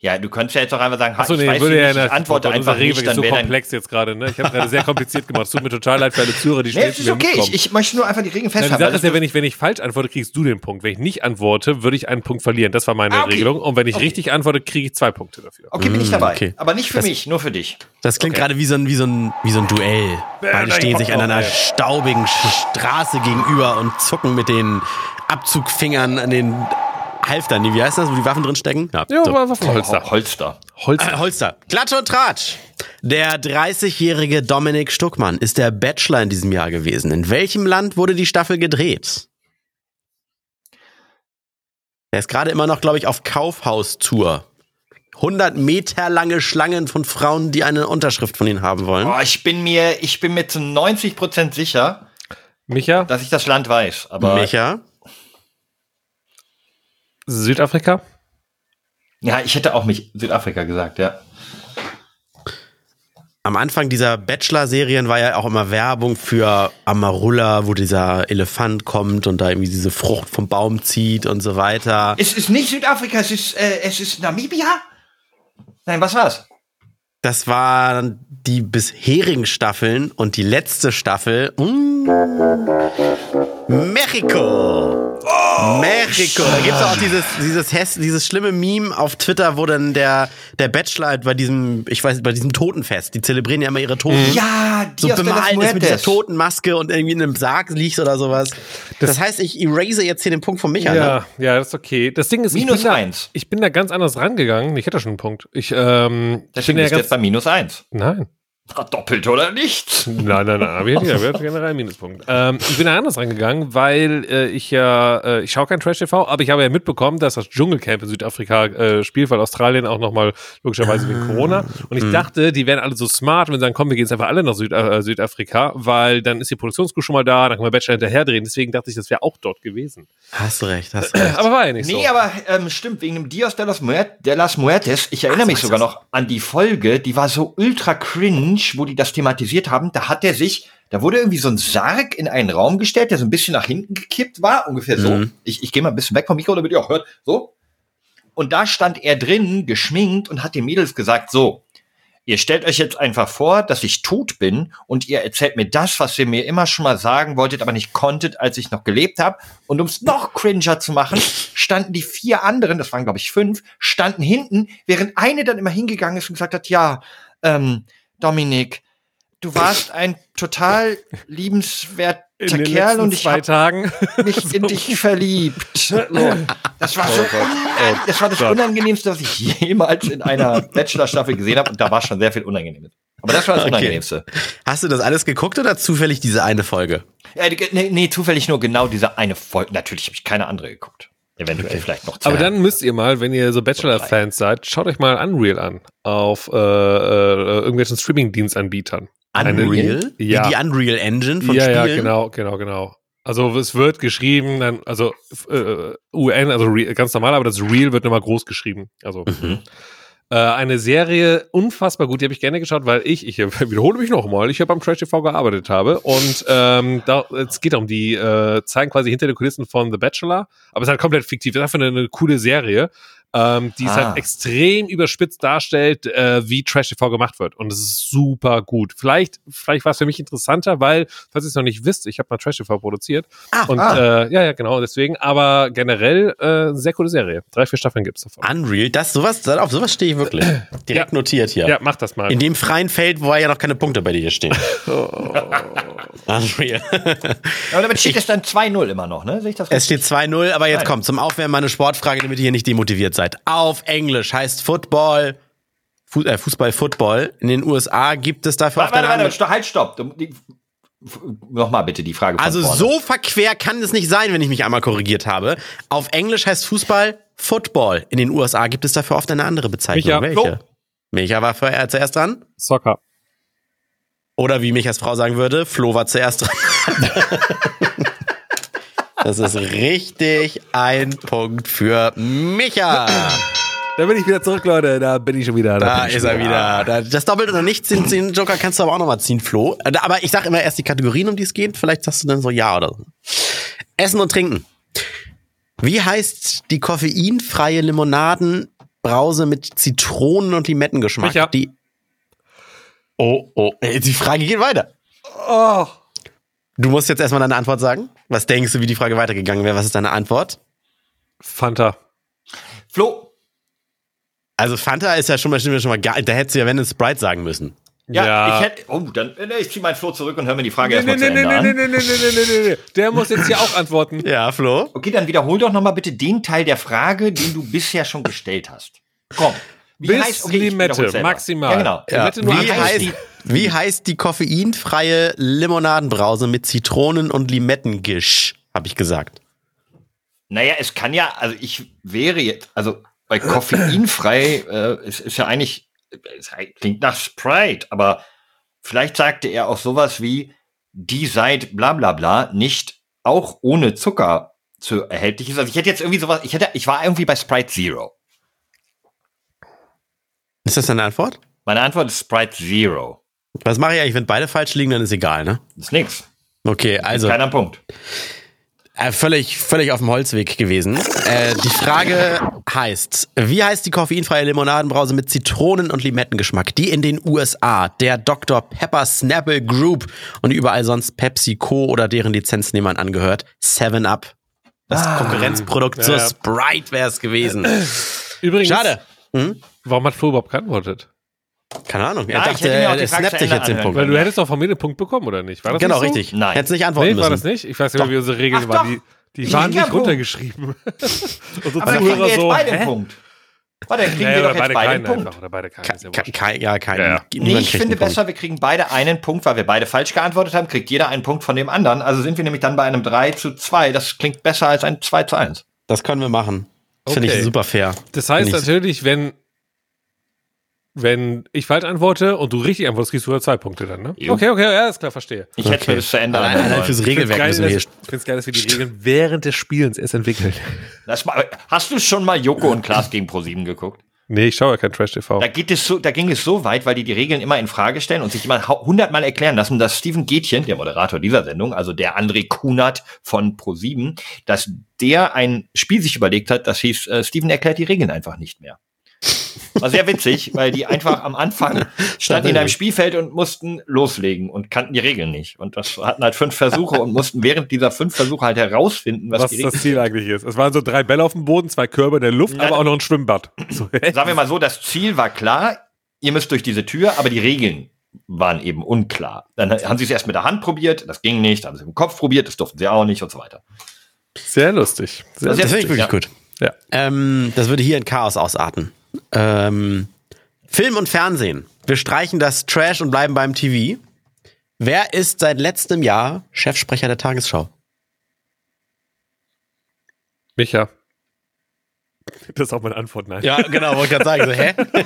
Speaker 3: Ja, du könntest ja jetzt auch einfach sagen, ha,
Speaker 2: Achso,
Speaker 3: Ah, ich
Speaker 2: nee,
Speaker 3: weiß
Speaker 2: würde
Speaker 3: nicht,
Speaker 2: ja
Speaker 3: ich
Speaker 2: eine
Speaker 3: antworte einfach
Speaker 2: Rewe
Speaker 3: nicht,
Speaker 2: ist
Speaker 3: dann
Speaker 2: so
Speaker 3: wäre dann...
Speaker 2: komplex jetzt gerade, ne? Ich habe gerade sehr kompliziert gemacht. Es tut mir total leid für alle Zuhörer, die
Speaker 3: Nee,
Speaker 2: schnell
Speaker 3: es
Speaker 2: zu
Speaker 3: ist
Speaker 2: mir
Speaker 3: okay,
Speaker 2: mitkommen.
Speaker 3: ich, ich möchte nur einfach die Regeln
Speaker 2: Nein, die
Speaker 3: festhalten.
Speaker 2: Sache
Speaker 3: weil
Speaker 2: ist ja, wenn ich, wenn ich falsch antworte, kriegst du den Punkt. Wenn ich nicht antworte, würde ich einen Punkt verlieren. Das war meine
Speaker 3: Ah, okay.
Speaker 2: Regelung. Und wenn ich
Speaker 3: Okay.
Speaker 2: richtig antworte, kriege ich zwei Punkte dafür.
Speaker 3: okay, bin ich dabei.
Speaker 1: okay.
Speaker 3: Aber nicht für mich, nur für dich.
Speaker 1: Das klingt gerade wie so ein, wie so ein, wie so ein Duell. Beide
Speaker 2: da
Speaker 1: stehen
Speaker 2: ich
Speaker 1: sich
Speaker 2: Bock
Speaker 1: an
Speaker 2: drauf,
Speaker 1: einer
Speaker 2: ey.
Speaker 1: staubigen Sch- Straße gegenüber und zucken mit den Abzugfingern an den Halftern. Nee, Wie heißt das, wo die Waffen drin stecken?
Speaker 2: Ja,
Speaker 1: so.
Speaker 2: aber einfach Holster.
Speaker 3: Holster.
Speaker 1: Äh, Holster. Klatsch und Tratsch. Der 30-jährige Dominik Stuckmann ist der Bachelor in diesem Jahr gewesen. In welchem Land wurde die Staffel gedreht? Er ist gerade immer noch, glaube ich, auf Kaufhaustour. 100 Meter lange Schlangen von Frauen, die eine Unterschrift von ihm haben wollen.
Speaker 3: Oh, ich bin mir, ich bin mir zu 90 Prozent sicher,
Speaker 2: Micha,
Speaker 3: dass ich das Land weiß. Aber
Speaker 1: Micha?
Speaker 2: Südafrika?
Speaker 3: ja, ich hätte auch mich Südafrika gesagt, ja.
Speaker 1: Am Anfang dieser Bachelor-Serien war ja auch immer Werbung für Amarula, wo dieser Elefant kommt und da irgendwie diese Frucht vom Baum zieht und so weiter.
Speaker 3: Es ist nicht Südafrika, es ist, äh, es ist Namibia? Nein, was war's?
Speaker 1: Das waren die bisherigen Staffeln und die letzte Staffel. Mm, Mexiko!
Speaker 3: Oh,
Speaker 1: Mexiko! Da gibt's auch dieses, dieses, Hess, dieses schlimme Meme auf Twitter, wo dann der, der Bachelor halt bei diesem, ich weiß, bei diesem Totenfest, die zelebrieren ja immer ihre Toten.
Speaker 3: Ja,
Speaker 1: so
Speaker 3: Dias de los
Speaker 1: bemalen ist mit dieser
Speaker 3: Muertes.
Speaker 1: Totenmaske und irgendwie in einem Sarg liegt oder sowas. Das, heißt, ich erase jetzt hier den Punkt von Micha. Ne?
Speaker 2: Ja, ja, das ist okay. Das Ding ist,
Speaker 3: Minus
Speaker 2: ich, bin
Speaker 3: eins.
Speaker 2: Da, ich bin da ganz anders rangegangen. Ich hätte schon einen Punkt. Ich, ähm,
Speaker 3: Das
Speaker 2: bin
Speaker 3: bin
Speaker 2: ja
Speaker 3: ich jetzt
Speaker 2: ganz.
Speaker 3: bei minus eins.
Speaker 2: Nein.
Speaker 3: Ah, Doppelt oder nichts?
Speaker 2: Nein, nein, nein, aber ich hätte, ich hätte generell einen Minuspunkt. Ähm, ich bin da anders rangegangen, weil äh, ich ja, äh, ich schaue kein Trash-TV, aber ich habe ja mitbekommen, dass das Dschungelcamp in Südafrika äh, spielt, weil Australien auch nochmal logischerweise wegen Corona. Und
Speaker 3: Ah.
Speaker 2: ich dachte, die wären alle so smart und sagen, komm, wir gehen jetzt einfach alle nach Süd, äh, Südafrika, weil dann ist die Produktionscrew schon mal da, dann können wir Bachelor hinterher drehen. Deswegen dachte ich, das wäre auch dort gewesen.
Speaker 1: Hast du recht, hast du recht.
Speaker 2: Aber war ja nicht
Speaker 3: Nee,
Speaker 2: so.
Speaker 3: aber ähm, stimmt, wegen dem Dias de los, Muer de las Muertes. Ich erinnere mich sogar noch an die Folge, die war so ultra cringe, wo die das thematisiert haben. Da hat er sich, da wurde irgendwie so ein Sarg in einen Raum gestellt, der so ein bisschen nach hinten gekippt war, ungefähr so. Ich, ich gehe mal ein bisschen weg vom Mikro, damit ihr auch hört. So. Und da stand er drin, geschminkt, und hat den Mädels gesagt, so, ihr stellt euch jetzt einfach vor, dass ich tot bin und ihr erzählt mir das, was ihr mir immer schon mal sagen wolltet, aber nicht konntet, als ich noch gelebt habe. Und um es noch cringer zu machen, standen die vier anderen, das waren glaube ich fünf, standen hinten, während eine dann immer hingegangen ist und gesagt hat, ja, ähm, Dominik, du warst ein total liebenswerter
Speaker 2: In den
Speaker 3: Kerl
Speaker 2: letzten
Speaker 3: und ich
Speaker 2: zwei
Speaker 3: habe
Speaker 2: Tagen.
Speaker 3: mich in dich verliebt. So. Das
Speaker 2: Oh
Speaker 3: war so unang- das war das Unangenehmste, was ich jemals in einer Bachelor-Staffel gesehen habe. Und da war schon sehr viel Unangenehmes. Aber das war das Unangenehmste.
Speaker 1: Hast du das alles geguckt oder zufällig diese eine Folge?
Speaker 3: Äh, ge- nee, nee, zufällig nur genau diese eine Folge. Natürlich habe ich keine andere geguckt. Eventuell vielleicht noch zwei.
Speaker 2: Aber dann müsst ihr mal, wenn ihr so Bachelor-Fans seid, schaut euch mal Unreal an auf äh, äh, irgendwelchen Streaming-Dienstanbietern.
Speaker 1: Unreal?
Speaker 2: Ja.
Speaker 1: Wie die Unreal Engine von
Speaker 2: ja,
Speaker 1: Spielen?
Speaker 2: ja, genau, genau, genau. Also es wird geschrieben, dann, also f- äh, UN, also Re- ganz normal, aber das Real wird nochmal groß geschrieben. Also
Speaker 1: Mhm.
Speaker 2: äh, eine Serie unfassbar gut, die habe ich gerne geschaut, weil ich, ich wiederhole mich nochmal, ich ja beim Trash TV gearbeitet habe und ähm, da, es geht um die äh, zeigen quasi hinter den Kulissen von The Bachelor, aber es ist halt komplett fiktiv, es ist einfach eine, eine coole Serie. Ähm, die es
Speaker 3: Ah.
Speaker 2: halt extrem überspitzt darstellt, äh, wie Trash TV gemacht wird. Und es ist super gut. Vielleicht, vielleicht war es für mich interessanter, weil, falls ihr es noch nicht wisst, ich habe mal Trash TV produziert.
Speaker 1: Ah,
Speaker 2: und Äh, ja, ja, genau, deswegen. Aber generell äh, sehr coole Serie. Drei, vier Staffeln gibt's davon.
Speaker 1: Unreal, das sowas, auf sowas stehe ich wirklich. Direkt
Speaker 2: Ja.
Speaker 1: notiert hier.
Speaker 2: Ja, mach das mal.
Speaker 1: In dem freien Feld, wo ja noch keine Punkte bei dir stehen. Oh. Unreal.
Speaker 3: aber damit steht es dann 2-0 immer noch, ne? Sehe ich das
Speaker 1: Es steht 2-0, aber jetzt
Speaker 3: Nein.
Speaker 1: kommt zum Aufwärmen meine Sportfrage, damit ihr hier nicht demotiviert seid. Auf Englisch heißt Football, Fu äh, Fußball, Football. In den USA gibt es dafür
Speaker 3: Warte,
Speaker 1: auf der
Speaker 3: warte, warte,
Speaker 1: anderen-
Speaker 3: sto- halt, stopp. Du- die- f- Nochmal bitte die Frage. Von
Speaker 1: Also
Speaker 3: vorne.
Speaker 1: so verquer kann es nicht sein, wenn ich mich einmal korrigiert habe. Auf Englisch heißt Fußball Football. In den USA gibt es dafür oft eine andere Bezeichnung.
Speaker 2: Micha,
Speaker 1: Welche? Micha war vorher zuerst dran.
Speaker 2: Soccer.
Speaker 1: Oder wie Michas Frau sagen würde, Flo war zuerst dran. das ist richtig ein Punkt für Micha.
Speaker 2: Da bin ich wieder zurück, Leute. Da bin ich schon wieder.
Speaker 1: Da ist er wieder. Da- Das Doppelt oder nichts, den, den Joker kannst du aber auch nochmal ziehen, Flo. Aber ich sag immer erst die Kategorien, um die es geht. Vielleicht sagst du dann so ja oder so. Essen und Trinken. Wie heißt die koffeinfreie Limonaden Brause mit Zitronen- und Limettengeschmack.
Speaker 2: Micha.
Speaker 1: Die oh, oh. Äh, Die Frage geht weiter.
Speaker 2: Oh.
Speaker 1: Du musst jetzt erstmal deine Antwort sagen. Was denkst du, wie die Frage weitergegangen wäre? Was ist deine Antwort?
Speaker 2: Fanta.
Speaker 3: Flo,
Speaker 1: Also Fanta ist ja schon mal, schon mal gar, da hättest du ja, wenn, Sprite sagen müssen.
Speaker 3: ja,
Speaker 2: Ja.
Speaker 3: ich hätte. Oh, dann nee, ich ziehe meinen Flo zurück und höre mir die Frage
Speaker 2: Nee, nee,
Speaker 3: erstmal
Speaker 2: nee,
Speaker 3: zu
Speaker 2: nee,
Speaker 3: Ende
Speaker 2: nee, nee,
Speaker 3: an.
Speaker 2: nee, nee, nee, nee, nee. Der muss jetzt hier auch antworten.
Speaker 1: Ja, Flo?
Speaker 3: Okay, dann wiederhol doch nochmal bitte den Teil der Frage, den du bisher schon gestellt hast. Komm. Wie
Speaker 2: Bis
Speaker 3: ich
Speaker 2: Limette,
Speaker 3: wiederhol's selber.
Speaker 2: maximal.
Speaker 3: Ja, genau.
Speaker 2: Ja. Limette nur
Speaker 1: wie,
Speaker 3: ein-
Speaker 1: heißt, wie heißt die koffeinfreie Limonadenbrause mit Zitronen- und Limettengisch? Habe ich gesagt.
Speaker 3: Naja, es kann ja, also ich wäre jetzt, also bei koffeinfrei äh, ist, ist ja eigentlich, es klingt nach Sprite, aber vielleicht sagte er auch sowas wie, die seit bla bla bla nicht auch ohne Zucker zu erhältlich ist. Also ich hätte jetzt irgendwie sowas, ich hätte, ich war irgendwie bei Sprite Zero.
Speaker 1: Ist das deine Antwort?
Speaker 3: Meine Antwort ist Sprite Zero.
Speaker 1: Was mache ich eigentlich, wenn beide falsch liegen, dann ist egal, ne?
Speaker 3: Ist nix.
Speaker 1: Okay, also
Speaker 3: Keiner Punkt.
Speaker 1: äh, völlig, völlig auf dem Holzweg gewesen. Äh, die Frage heißt, wie heißt die koffeinfreie Limonadenbrause mit Zitronen- und Limettengeschmack, die in den USA der Dr. Pepper Snapple Group und überall sonst PepsiCo oder deren Lizenznehmern angehört, 7-Up. Das Konkurrenzprodukt
Speaker 2: Ja,
Speaker 1: zur
Speaker 2: ja.
Speaker 1: Sprite wäre es gewesen.
Speaker 2: Übrigens,
Speaker 1: Schade.
Speaker 2: warum hat Flo überhaupt geantwortet?
Speaker 1: Keine Ahnung. Er
Speaker 3: Ja, ich
Speaker 1: dachte,
Speaker 3: hätte mir auch die
Speaker 1: er
Speaker 3: Frage
Speaker 1: snappt sich
Speaker 3: zu Ende
Speaker 1: jetzt den
Speaker 3: anhören
Speaker 1: Punkt.
Speaker 2: Weil du hättest doch von mir den Punkt bekommen, oder nicht? War das
Speaker 1: Genau,
Speaker 2: nicht so?
Speaker 1: richtig.
Speaker 3: Nein.
Speaker 1: Hättest nicht antworten
Speaker 2: Nee,
Speaker 1: müssen.
Speaker 2: war das nicht? Ich weiß nicht, wie unsere Regeln
Speaker 3: Ach,
Speaker 2: waren. Die,
Speaker 3: doch.
Speaker 2: die
Speaker 3: Ich
Speaker 2: waren
Speaker 3: krieg ja
Speaker 2: nicht
Speaker 3: einen Punkt.
Speaker 2: runtergeschrieben. Und so
Speaker 3: Aber dann kriegen wir jetzt beide einen
Speaker 2: hä?
Speaker 3: Punkt. Warte, dann kriegen
Speaker 2: Ja,
Speaker 3: wir
Speaker 2: oder
Speaker 3: doch jetzt
Speaker 2: beide
Speaker 3: beide
Speaker 2: keinen
Speaker 3: einen Punkt.
Speaker 2: einfach. Oder beide keinen. ist ja
Speaker 1: Ke
Speaker 2: wurscht.
Speaker 1: kein, ja, kein,
Speaker 2: Ja, ja.
Speaker 3: Nee,
Speaker 1: niemand kriegt
Speaker 3: ich finde
Speaker 1: einen Punkt.
Speaker 3: besser, wir kriegen beide einen Punkt, weil wir beide falsch geantwortet haben, kriegt jeder einen Punkt von dem anderen. Also sind wir nämlich dann bei einem 3 zu 2. Das klingt besser als ein 2 zu 1.
Speaker 1: Das können wir machen. Finde
Speaker 2: Okay.
Speaker 1: ich super fair.
Speaker 2: Das heißt
Speaker 1: Finde ich-
Speaker 2: natürlich, wenn, wenn ich falsch antworte und du richtig antwortest, kriegst du ja zwei Punkte dann, ne? Okay, okay, ja, ist klar, verstehe.
Speaker 3: Ich hätte mir
Speaker 1: Okay.
Speaker 3: bis zu Ende
Speaker 1: Allein,
Speaker 3: anhören
Speaker 1: allein
Speaker 3: wollen.
Speaker 1: fürs Regelwerk
Speaker 2: geil,
Speaker 1: müssen wir hier.
Speaker 2: dass, ich find's geil, dass wir die Regeln während des Spielens erst entwickeln.
Speaker 3: Das mal- Hast du schon mal Joko und Klaas gegen ProSieben geguckt?
Speaker 2: Nee, ich schaue ja kein Trash-TV.
Speaker 3: Da, geht es so, da ging es so weit, weil die die Regeln immer in Frage stellen und sich immer hau- hundertmal erklären lassen, dass Steven Gätchen, der Moderator dieser Sendung, also der André Kunert von ProSieben, dass der ein Spiel sich überlegt hat, das hieß, äh, Steven erklärt die Regeln einfach nicht mehr. War sehr witzig, weil die einfach am Anfang standen in einem Spielfeld und mussten loslegen und kannten die Regeln nicht. Und das hatten halt fünf Versuche und mussten während dieser fünf Versuche halt herausfinden, was,
Speaker 2: was
Speaker 3: die
Speaker 2: das
Speaker 3: Regeln
Speaker 2: Ziel eigentlich ist. Es waren so drei Bälle auf dem Boden, zwei Körbe in der Luft, aber auch noch ein Schwimmbad. So, hä?
Speaker 3: sagen wir mal so, das Ziel war klar, ihr müsst durch diese Tür, aber die Regeln waren eben unklar. Dann haben sie es erst mit der Hand probiert, das ging nicht, dann haben sie es mit dem Kopf probiert, das durften sie auch nicht und so weiter.
Speaker 2: Sehr lustig. Sehr
Speaker 3: Das ist
Speaker 1: Das
Speaker 3: ja
Speaker 1: finde ich
Speaker 3: witzig,
Speaker 1: wirklich
Speaker 3: ja.
Speaker 1: gut.
Speaker 2: Ja.
Speaker 1: Ähm, das würde hier in Chaos ausarten. Ähm, Film und Fernsehen. Wir streichen das Trash und bleiben beim TV. Wer ist seit letztem Jahr Chefsprecher der Tagesschau?
Speaker 2: Micha. Das ist auch meine Antwort, nein.
Speaker 1: Ja, genau, wollte ich gerade sagen. So, hä?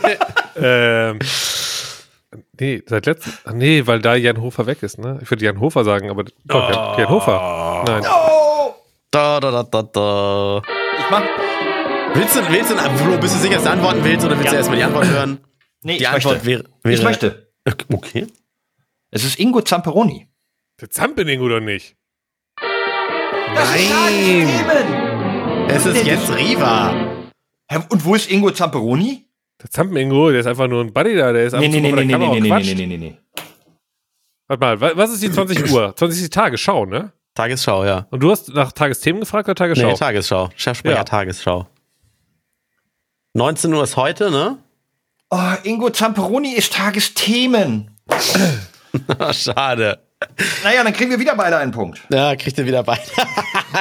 Speaker 2: Ähm, nee, seit letztem. ach Nee, weil da Jan Hofer weg ist, ne? Ich würde Jan Hofer sagen, aber. Doch, Jan, Jan Hofer. Nein.
Speaker 1: Da, da, da, da, da.
Speaker 3: Ich mach,
Speaker 1: Willst du, willst du, Flo, bist du sicher, dass du antworten willst oder willst du
Speaker 3: Ja.
Speaker 1: erstmal die Antwort hören?
Speaker 3: nee,
Speaker 1: Die
Speaker 3: ich
Speaker 1: Antwort
Speaker 3: möchte.
Speaker 1: wäre, wäre.
Speaker 3: Ich möchte.
Speaker 1: Okay.
Speaker 3: Es ist Ingo Zamperoni.
Speaker 2: Der Zampening oder nicht?
Speaker 1: Es ist jetzt Riva.
Speaker 3: Hä, Und wo ist Ingo Zamperoni?
Speaker 2: Der Zampeningo, der ist einfach nur ein Buddy da, der ist einfach
Speaker 3: Nee, nee, nee,
Speaker 2: vor
Speaker 3: nee,
Speaker 2: der
Speaker 3: nee,
Speaker 2: Kamera
Speaker 3: nee,
Speaker 2: und
Speaker 3: nee,
Speaker 2: quatscht.
Speaker 3: nee, nee, nee, nee.
Speaker 2: Warte mal, wa- was ist die 20 Uhr? 20 ist die Tagesschau, ne?
Speaker 1: Tagesschau, ja.
Speaker 2: Und du hast nach Tagesthemen gefragt oder Tagesschau?
Speaker 1: Nee, Tagesschau. Chefsprecher
Speaker 2: Ja.
Speaker 1: Tagesschau. 19 Uhr ist heute, ne?
Speaker 3: Oh, Ingo Zamperoni ist Tagesthemen.
Speaker 1: Schade.
Speaker 3: Naja, dann kriegen wir wieder beide einen Punkt.
Speaker 1: Ja, kriegt ihr wieder beide.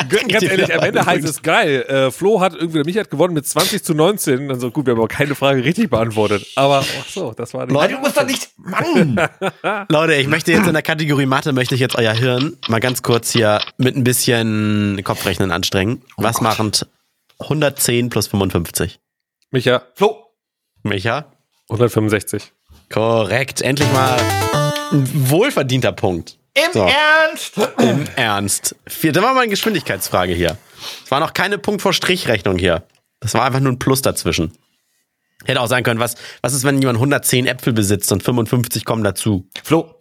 Speaker 1: Kriegt
Speaker 2: Ganz
Speaker 1: ihr
Speaker 2: ehrlich,
Speaker 1: wieder
Speaker 2: am Ende
Speaker 1: beide
Speaker 2: heißt
Speaker 1: Punkte.
Speaker 2: es geil. Äh, Flo hat irgendwie, der Micha hat gewonnen mit 20 zu 19. Also gut, wir haben aber keine Frage richtig beantwortet. Aber ach so, das war die.
Speaker 3: Nein, Also, du musst doch nicht. Mann!
Speaker 1: Leute, ich möchte jetzt in der Kategorie Mathe, möchte ich jetzt euer Hirn mal ganz kurz hier mit ein bisschen Kopfrechnen anstrengen. Was machen 110 plus 55?
Speaker 2: Micha,
Speaker 3: Flo,
Speaker 1: Micha?
Speaker 2: 165.
Speaker 1: Korrekt. Endlich mal ein wohlverdienter Punkt.
Speaker 3: im
Speaker 1: So.
Speaker 3: Ernst!
Speaker 1: Im Ernst. Vier- Da war mal eine Geschwindigkeitsfrage hier. Es war noch keine Punkt vor Strichrechnung hier. Das war einfach nur ein Plus dazwischen. Hätte auch sein können, was, was ist, wenn jemand 110 Äpfel besitzt und 55 kommen dazu?
Speaker 3: Flo,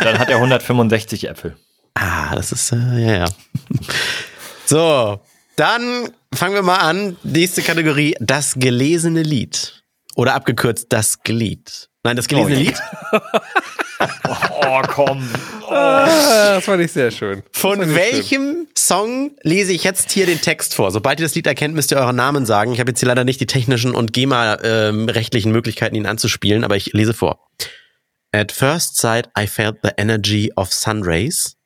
Speaker 3: dann hat er 165 Äpfel.
Speaker 1: Ah, das ist, äh, ja, ja. So, dann fangen wir mal an. Nächste Kategorie, das gelesene Lied. Oder abgekürzt, das Glied. Nein, das gelesene
Speaker 3: Oh, ja.
Speaker 1: Lied
Speaker 3: Oh, komm.
Speaker 2: Ah, das fand ich sehr schön.
Speaker 1: Von
Speaker 2: Das fand ich schön.
Speaker 1: welchem Song lese ich jetzt hier den Text vor? Sobald ihr das Lied erkennt, müsst ihr euren Namen sagen. Ich habe jetzt hier leider nicht die technischen und GEMA-rechtlichen Möglichkeiten, ihn anzuspielen, aber ich lese vor. At first sight I felt the energy of sun rays.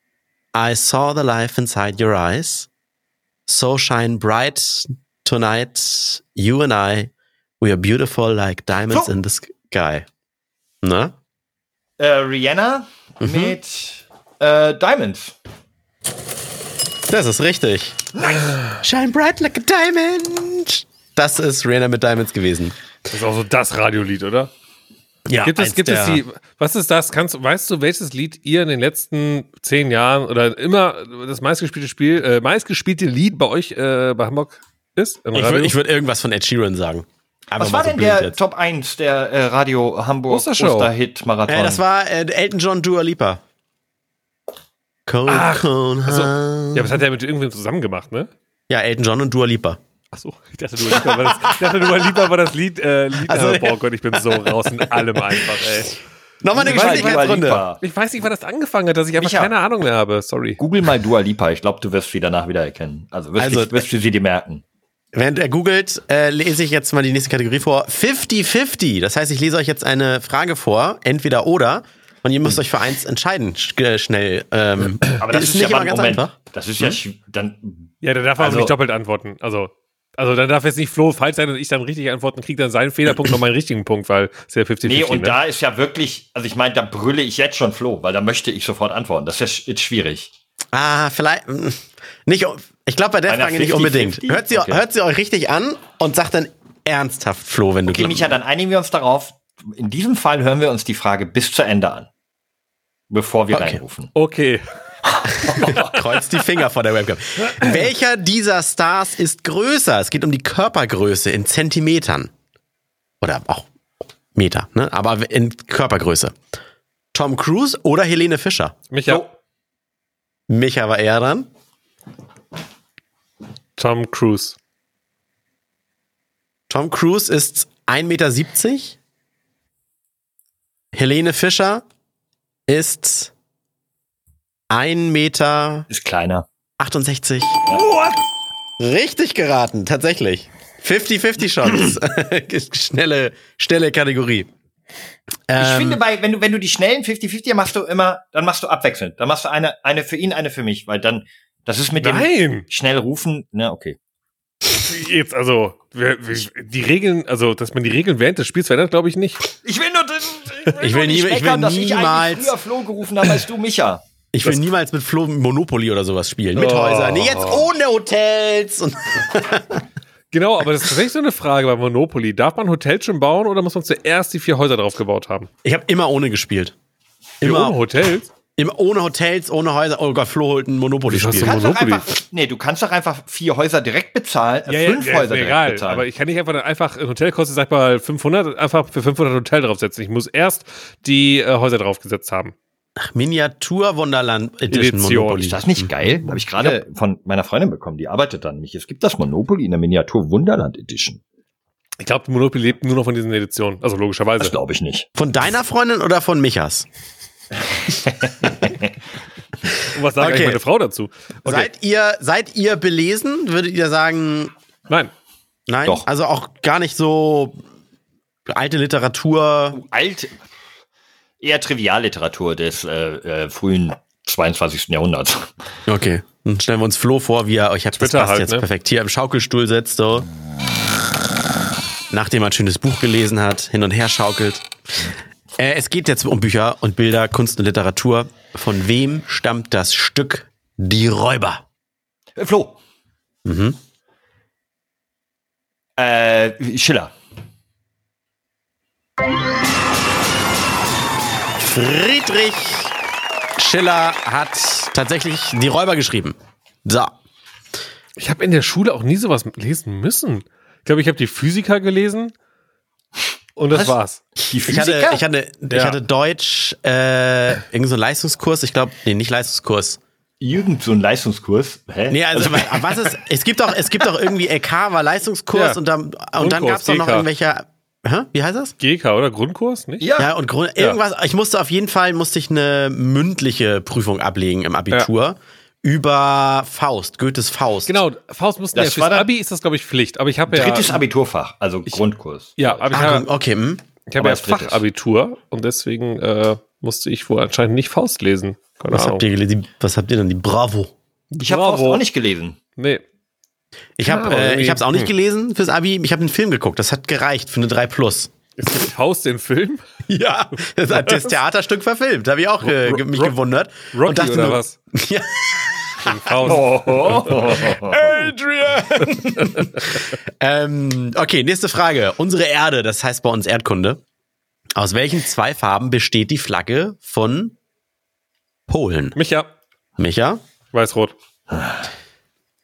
Speaker 1: I saw the life inside your eyes. So shine bright tonight, you and I. We are beautiful like diamonds
Speaker 3: So.
Speaker 1: in the sky. Ne?
Speaker 3: Äh, Rihanna
Speaker 1: Mhm.
Speaker 3: mit äh, Diamonds.
Speaker 1: Das ist richtig. Shine bright like a diamond. Das ist Rihanna mit Diamonds gewesen.
Speaker 2: Das ist auch so das Radiolied, oder?
Speaker 1: Ja,
Speaker 2: Gibt es, gibt es die, was ist das? Kannst, du- weißt du, welches Lied ihr in den letzten zehn Jahren oder immer das meistgespielte Spiel, äh, meistgespielte Lied bei euch äh, bei Hamburg ist? Im
Speaker 1: Ich
Speaker 2: Radio?
Speaker 1: würde würd irgendwas von Ed Sheeran sagen. Einfach
Speaker 3: Was
Speaker 1: mal
Speaker 3: war
Speaker 1: so
Speaker 3: denn
Speaker 1: blöd
Speaker 3: der
Speaker 1: jetzt.
Speaker 3: Top 1 der äh, Radio Hamburg
Speaker 2: Ostershow.
Speaker 3: Osterhit Marathon?
Speaker 1: Äh, das war äh, Elton John Dua Lipa. Cold,
Speaker 2: Ach,
Speaker 1: cold
Speaker 2: also-
Speaker 1: heart.
Speaker 2: ja, aber das hat er mit irgendwem zusammen gemacht, ne?
Speaker 1: ja, Elton John und Dua Lipa.
Speaker 2: Achso, ich dachte nur lieber war das, ich dachte, nur lieber war das Lied, äh, Lied
Speaker 1: Also,
Speaker 2: äh, boah Gott, ich bin so raus in allem einfach, ey.
Speaker 1: Nochmal eine
Speaker 3: Dua Lipa.
Speaker 1: Geschwindigkeitsrunde.
Speaker 2: Ich weiß nicht, wann das angefangen hat, dass ich einfach
Speaker 3: Micha.
Speaker 2: keine Ahnung mehr habe. Sorry.
Speaker 3: Google mal Dua Lipa. Ich glaube, du wirst sie danach wieder erkennen. Also wirst,
Speaker 1: Also-
Speaker 3: du, wirst du sie dir merken.
Speaker 1: Während er googelt, äh, lese ich jetzt mal die nächste Kategorie vor. 50-50. Das heißt, ich lese euch jetzt eine Frage vor, entweder oder. Und ihr müsst euch für eins entscheiden, sch äh, schnell. Ähm,
Speaker 3: Aber das ist, ja mal ein Moment.
Speaker 1: ne?
Speaker 3: Das
Speaker 1: Hm?
Speaker 3: ist ja schw- dann
Speaker 2: Ja, dann darf er
Speaker 3: Also-
Speaker 2: aber nicht doppelt antworten. Also, also dann darf jetzt nicht Flo falsch sein und ich dann richtig antworten, kriegt dann seinen Fehlerpunkt noch meinen richtigen Punkt, weil es ist ja 50-50.
Speaker 3: Nee, und
Speaker 2: ne?
Speaker 3: da ist ja wirklich, also ich meine, da brülle ich jetzt schon Flo, weil da möchte ich sofort antworten. Das ist ja sch- jetzt schwierig.
Speaker 1: Ah, vielleicht. mm, Nicht, um- ich glaube bei der
Speaker 3: Einer
Speaker 1: Frage nicht
Speaker 3: 50-50?
Speaker 1: unbedingt. Hört sie,
Speaker 3: Okay.
Speaker 1: hört sie euch richtig an und sagt dann ernsthaft Flo, wenn du
Speaker 3: Okay, Micha, dann einigen wir uns darauf. In diesem Fall hören wir uns die Frage bis zu Ende an. Bevor wir
Speaker 1: Okay.
Speaker 3: reinrufen.
Speaker 2: Okay.
Speaker 1: kreuzt die Finger vor der Webcam. Welcher dieser Stars ist größer? Es geht um die Körpergröße in Zentimetern. Oder auch Meter, ne? Aber in Körpergröße. Tom Cruise oder Helene Fischer?
Speaker 2: Micha.
Speaker 1: Micha war eher dran.
Speaker 2: Tom Cruise.
Speaker 1: Tom Cruise ist 1,70 Meter. Helene Fischer ist 1,68 Meter.
Speaker 3: Ist kleiner.
Speaker 1: Richtig geraten, tatsächlich. 50-50 Shots. schnelle, schnelle Kategorie.
Speaker 3: Ich
Speaker 1: Ähm,
Speaker 3: finde, bei, wenn du, wenn du die schnellen 50-50 machst du immer, dann machst du abwechselnd. Dann machst du eine, eine für ihn, eine für mich, weil dann, das ist mit dem
Speaker 2: Nein!
Speaker 3: schnell rufen, na, okay.
Speaker 2: Jetzt, also, wir, wir, die Regeln, also, dass man die Regeln während des Spiels verändert, glaube ich nicht.
Speaker 3: Ich will nur, das-
Speaker 1: Ich
Speaker 3: nur
Speaker 1: will nie-
Speaker 3: nicht
Speaker 1: ich will
Speaker 3: meckern, dass
Speaker 1: niemals-
Speaker 3: ich eigentlich früher Flo gerufen habe als du, Micha.
Speaker 1: ich will niemals mit Flo Monopoly oder sowas spielen. Mit
Speaker 2: Oh.
Speaker 1: Häusern. Nee, jetzt ohne Hotels. Und
Speaker 2: Genau, aber das ist tatsächlich so eine Frage bei Monopoly. Darf man Hotels schon bauen oder muss man zuerst die vier Häuser drauf gebaut haben?
Speaker 1: ich habe immer ohne gespielt.
Speaker 2: Vier
Speaker 1: Immer.
Speaker 2: ohne Hotels?
Speaker 1: Immer ohne Hotels, ohne Häuser. Oh Gott, Flo holt ein
Speaker 2: Wieso hast
Speaker 1: Monopoly-Spiel.
Speaker 2: du
Speaker 3: Du kannst doch
Speaker 2: Monopoly.
Speaker 3: einfach, nee, du kannst doch einfach vier Häuser direkt bezahlen, äh, fünf
Speaker 2: ist
Speaker 3: Häuser
Speaker 2: mir
Speaker 3: direkt
Speaker 2: egal.
Speaker 3: bezahlen.
Speaker 2: Aber ich kann nicht einfach, dann einfach ein Hotel kostet, sag mal, 500, einfach für 500 ein Hotel draufsetzen. Ich muss erst die äh, Häuser draufgesetzt haben.
Speaker 1: Miniatur Wunderland Edition
Speaker 2: Edition.
Speaker 1: Monopoly.
Speaker 3: Oh, Ist das nicht geil? Habe ich gerade von meiner Freundin bekommen, die arbeitet an mich. Es gibt das Monopoly in der Miniatur Wunderland Edition.
Speaker 2: Ich glaube, Monopoly lebt nur noch von diesen Editionen. Also
Speaker 3: Das
Speaker 2: logischerweise.
Speaker 3: glaube ich nicht.
Speaker 1: Von deiner Freundin oder von Michas?
Speaker 2: Und was sagt
Speaker 1: Okay.
Speaker 2: eigentlich meine Frau dazu? Okay.
Speaker 1: Seid ihr seid ihr belesen? Würdet ihr sagen,
Speaker 2: Nein.
Speaker 1: nein?
Speaker 3: Doch.
Speaker 1: Also auch gar nicht so alte Literatur.
Speaker 3: Alt, eher Trivialliteratur des äh, äh, frühen 22. Jahrhunderts.
Speaker 1: Okay. Dann stellen wir uns Flo vor, wie er euch habt das
Speaker 2: Twitter
Speaker 1: passt
Speaker 2: halt,
Speaker 1: jetzt
Speaker 2: ne?
Speaker 1: perfekt hier im Schaukelstuhl sitzt so. Nachdem er ein schönes Buch gelesen hat, hin und her schaukelt. Äh, es geht jetzt um Bücher und Bilder, Kunst und Literatur. Von wem stammt das Stück Die Räuber?
Speaker 3: Äh, Flo.
Speaker 1: Mhm.
Speaker 3: Äh, Schiller.
Speaker 1: Friedrich Schiller hat tatsächlich die Räuber geschrieben. So.
Speaker 2: Ich habe in der Schule auch nie sowas lesen müssen. Ich glaube, ich habe die Physiker gelesen und das
Speaker 3: Was?
Speaker 2: war's.
Speaker 3: Die
Speaker 1: Ich hatte, ich hatte, ich
Speaker 2: Ja.
Speaker 1: hatte Deutsch, äh, irgendeinen so einen Leistungskurs, ich glaube, nee, nicht Leistungskurs.
Speaker 3: irgend so einen Leistungskurs. Hä?
Speaker 1: Nee, also, wa- was ist, es gibt doch, es gibt doch irgendwie LK war Leistungskurs
Speaker 2: Ja.
Speaker 1: und dann, und dann
Speaker 2: Grundkurs,
Speaker 1: gab es doch noch
Speaker 2: GK.
Speaker 1: irgendwelche, hä? wie heißt das?
Speaker 2: GK, oder? Grundkurs, nicht?
Speaker 3: ja,
Speaker 1: Ja, und Grund, irgendwas, ich musste auf jeden Fall, musste ich eine mündliche Prüfung ablegen im Abitur über Faust, Goethes Faust.
Speaker 2: Genau, Faust mussten
Speaker 3: Das
Speaker 2: ja
Speaker 3: war
Speaker 2: fürs
Speaker 3: dann-
Speaker 2: Abi ist das, glaube ich, Pflicht. Aber ich habe ja.
Speaker 3: drittes Abiturfach, also Grundkurs.
Speaker 2: Ja, aber ich
Speaker 1: Ah,
Speaker 2: habe
Speaker 1: okay, hm.
Speaker 2: ich habe ja
Speaker 3: als drittes.
Speaker 2: Fachabitur und deswegen äh, musste ich wohl anscheinend nicht Faust lesen. Keine
Speaker 1: was
Speaker 2: Ahnung.
Speaker 1: habt ihr gelesen? Die- Was habt ihr denn? Die Bravo.
Speaker 3: Ich habe
Speaker 2: Bravo.
Speaker 3: auch nicht gelesen.
Speaker 2: Nee.
Speaker 1: Ich habe
Speaker 2: aber
Speaker 1: äh,
Speaker 2: irgendwie-
Speaker 1: ich hab's auch nicht
Speaker 2: hm.
Speaker 1: gelesen fürs Abi. Ich habe einen Film geguckt. Das hat gereicht für eine 3 plus.
Speaker 2: Ist das Faust den Film?
Speaker 1: Ja, das hat das Theaterstück verfilmt. Da habe ich auch äh, ge- mich
Speaker 2: Ro-
Speaker 1: gewundert.
Speaker 2: Rocky
Speaker 1: und dachte
Speaker 2: oder
Speaker 1: nur,
Speaker 2: was?
Speaker 1: Ja, Oh.
Speaker 2: Den Faust.
Speaker 1: ähm, okay, nächste Frage. Unsere Erde, das heißt bei uns Erdkunde. Aus welchen zwei Farben besteht die Flagge von Polen?
Speaker 2: Micha,
Speaker 1: Micha,
Speaker 2: weiß-rot.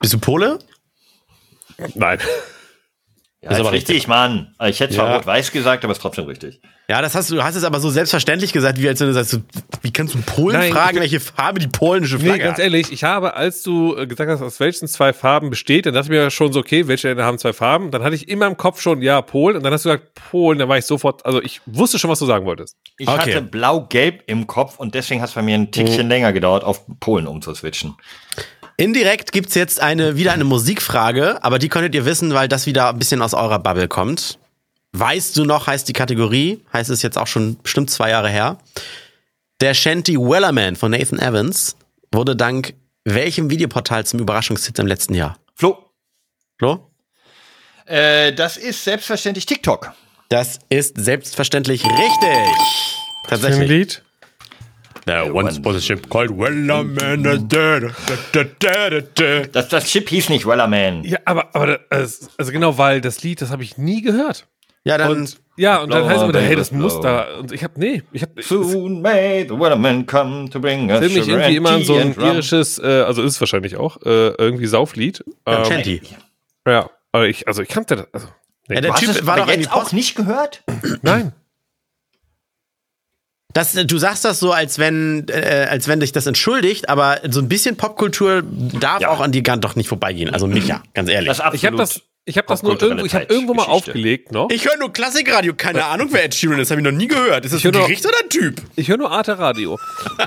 Speaker 1: bist du Pole?
Speaker 2: Nein.
Speaker 3: Ja, ist aber richtig, Mann. Ich hätte zwar rot-weiß gesagt, aber ist trotzdem richtig.
Speaker 1: Ja, das hast du, du hast es aber so selbstverständlich gesagt, wie als wenn du sagst, so, wie kannst du einen Polen
Speaker 2: Nein,
Speaker 1: fragen,
Speaker 2: ich-
Speaker 1: welche Farbe die polnische Flagge
Speaker 2: Nee, ganz
Speaker 1: hat?
Speaker 2: ehrlich, ich habe, als du äh, gesagt hast, aus welchen zwei Farben besteht, dann dachte ich mir schon so, okay, welche Länder haben zwei Farben? Dann hatte ich immer im Kopf schon, ja, Polen. Und dann hast du gesagt, Polen, dann war ich sofort, also ich wusste schon, was du sagen wolltest.
Speaker 3: Ich
Speaker 1: Okay.
Speaker 3: hatte blau-gelb im Kopf und deswegen hat es bei mir ein Tickchen länger gedauert, auf Polen umzuswitchen.
Speaker 1: Indirekt gibt's jetzt eine, wieder eine Musikfrage, aber die könntet ihr wissen, weil das wieder ein bisschen aus eurer Bubble kommt. Weißt du noch, heißt die Kategorie, heißt es jetzt auch schon bestimmt zwei Jahre her. Der Shanty Wellerman von Nathan Evans wurde dank welchem Videoportal zum Überraschungshit im letzten Jahr?
Speaker 3: Flo,
Speaker 1: Flo?
Speaker 3: äh, das ist selbstverständlich TikTok.
Speaker 1: Das ist selbstverständlich richtig. Tatsächlich.
Speaker 2: Lied?
Speaker 1: There once was a ship called Wellerman. Da, da, da, da, da, da.
Speaker 3: Das, das Chip hieß nicht Wellerman.
Speaker 2: Ja, aber, aber das, also genau, weil das Lied, das habe ich nie gehört.
Speaker 1: Ja, dann.
Speaker 2: Und ja, und dann
Speaker 3: Blauer
Speaker 2: heißt es immer,
Speaker 3: Baby
Speaker 2: hey, das muss
Speaker 3: Blau.
Speaker 2: da. Und ich habe, nee, ich habe.
Speaker 3: Soon may the Wellerman come to bring us
Speaker 2: Film mich
Speaker 3: sugar
Speaker 2: irgendwie
Speaker 3: and
Speaker 2: immer an so
Speaker 3: tea
Speaker 2: ein
Speaker 3: and rum.
Speaker 2: irisches, äh, also ist es wahrscheinlich auch, äh, irgendwie Sauflied.
Speaker 1: Ja,
Speaker 2: Ähm,
Speaker 1: Shanty.
Speaker 2: ja, aber ich, also ich kannte das. Also, nee.
Speaker 1: Ja, der
Speaker 3: Du hast
Speaker 1: Typ
Speaker 3: es
Speaker 1: war
Speaker 3: aber
Speaker 1: doch irgendwie
Speaker 3: jetzt auch
Speaker 1: Post-
Speaker 3: nicht gehört?
Speaker 2: Nein.
Speaker 1: Das, äh, du sagst das so, als wenn, äh, als wenn dich das entschuldigt, aber so ein bisschen Popkultur darf
Speaker 3: Ja.
Speaker 1: auch an dir gar doch nicht vorbeigehen. Also Micha, ganz ehrlich.
Speaker 3: Das ist
Speaker 2: Ich habe
Speaker 3: absolut
Speaker 2: das, ich hab das nur
Speaker 3: popkulturelle
Speaker 2: irgendwo, ich habe irgendwo mal
Speaker 3: Zeitgeschichte.
Speaker 2: aufgelegt noch.
Speaker 1: ich höre nur Klassikradio,
Speaker 3: Äh.
Speaker 1: keine Ahnung, wer Ed Sheeran ist, habe ich noch nie gehört. Ist das
Speaker 2: ein Gericht
Speaker 1: oder ein Typ?
Speaker 2: Ich höre nur Arte Radio.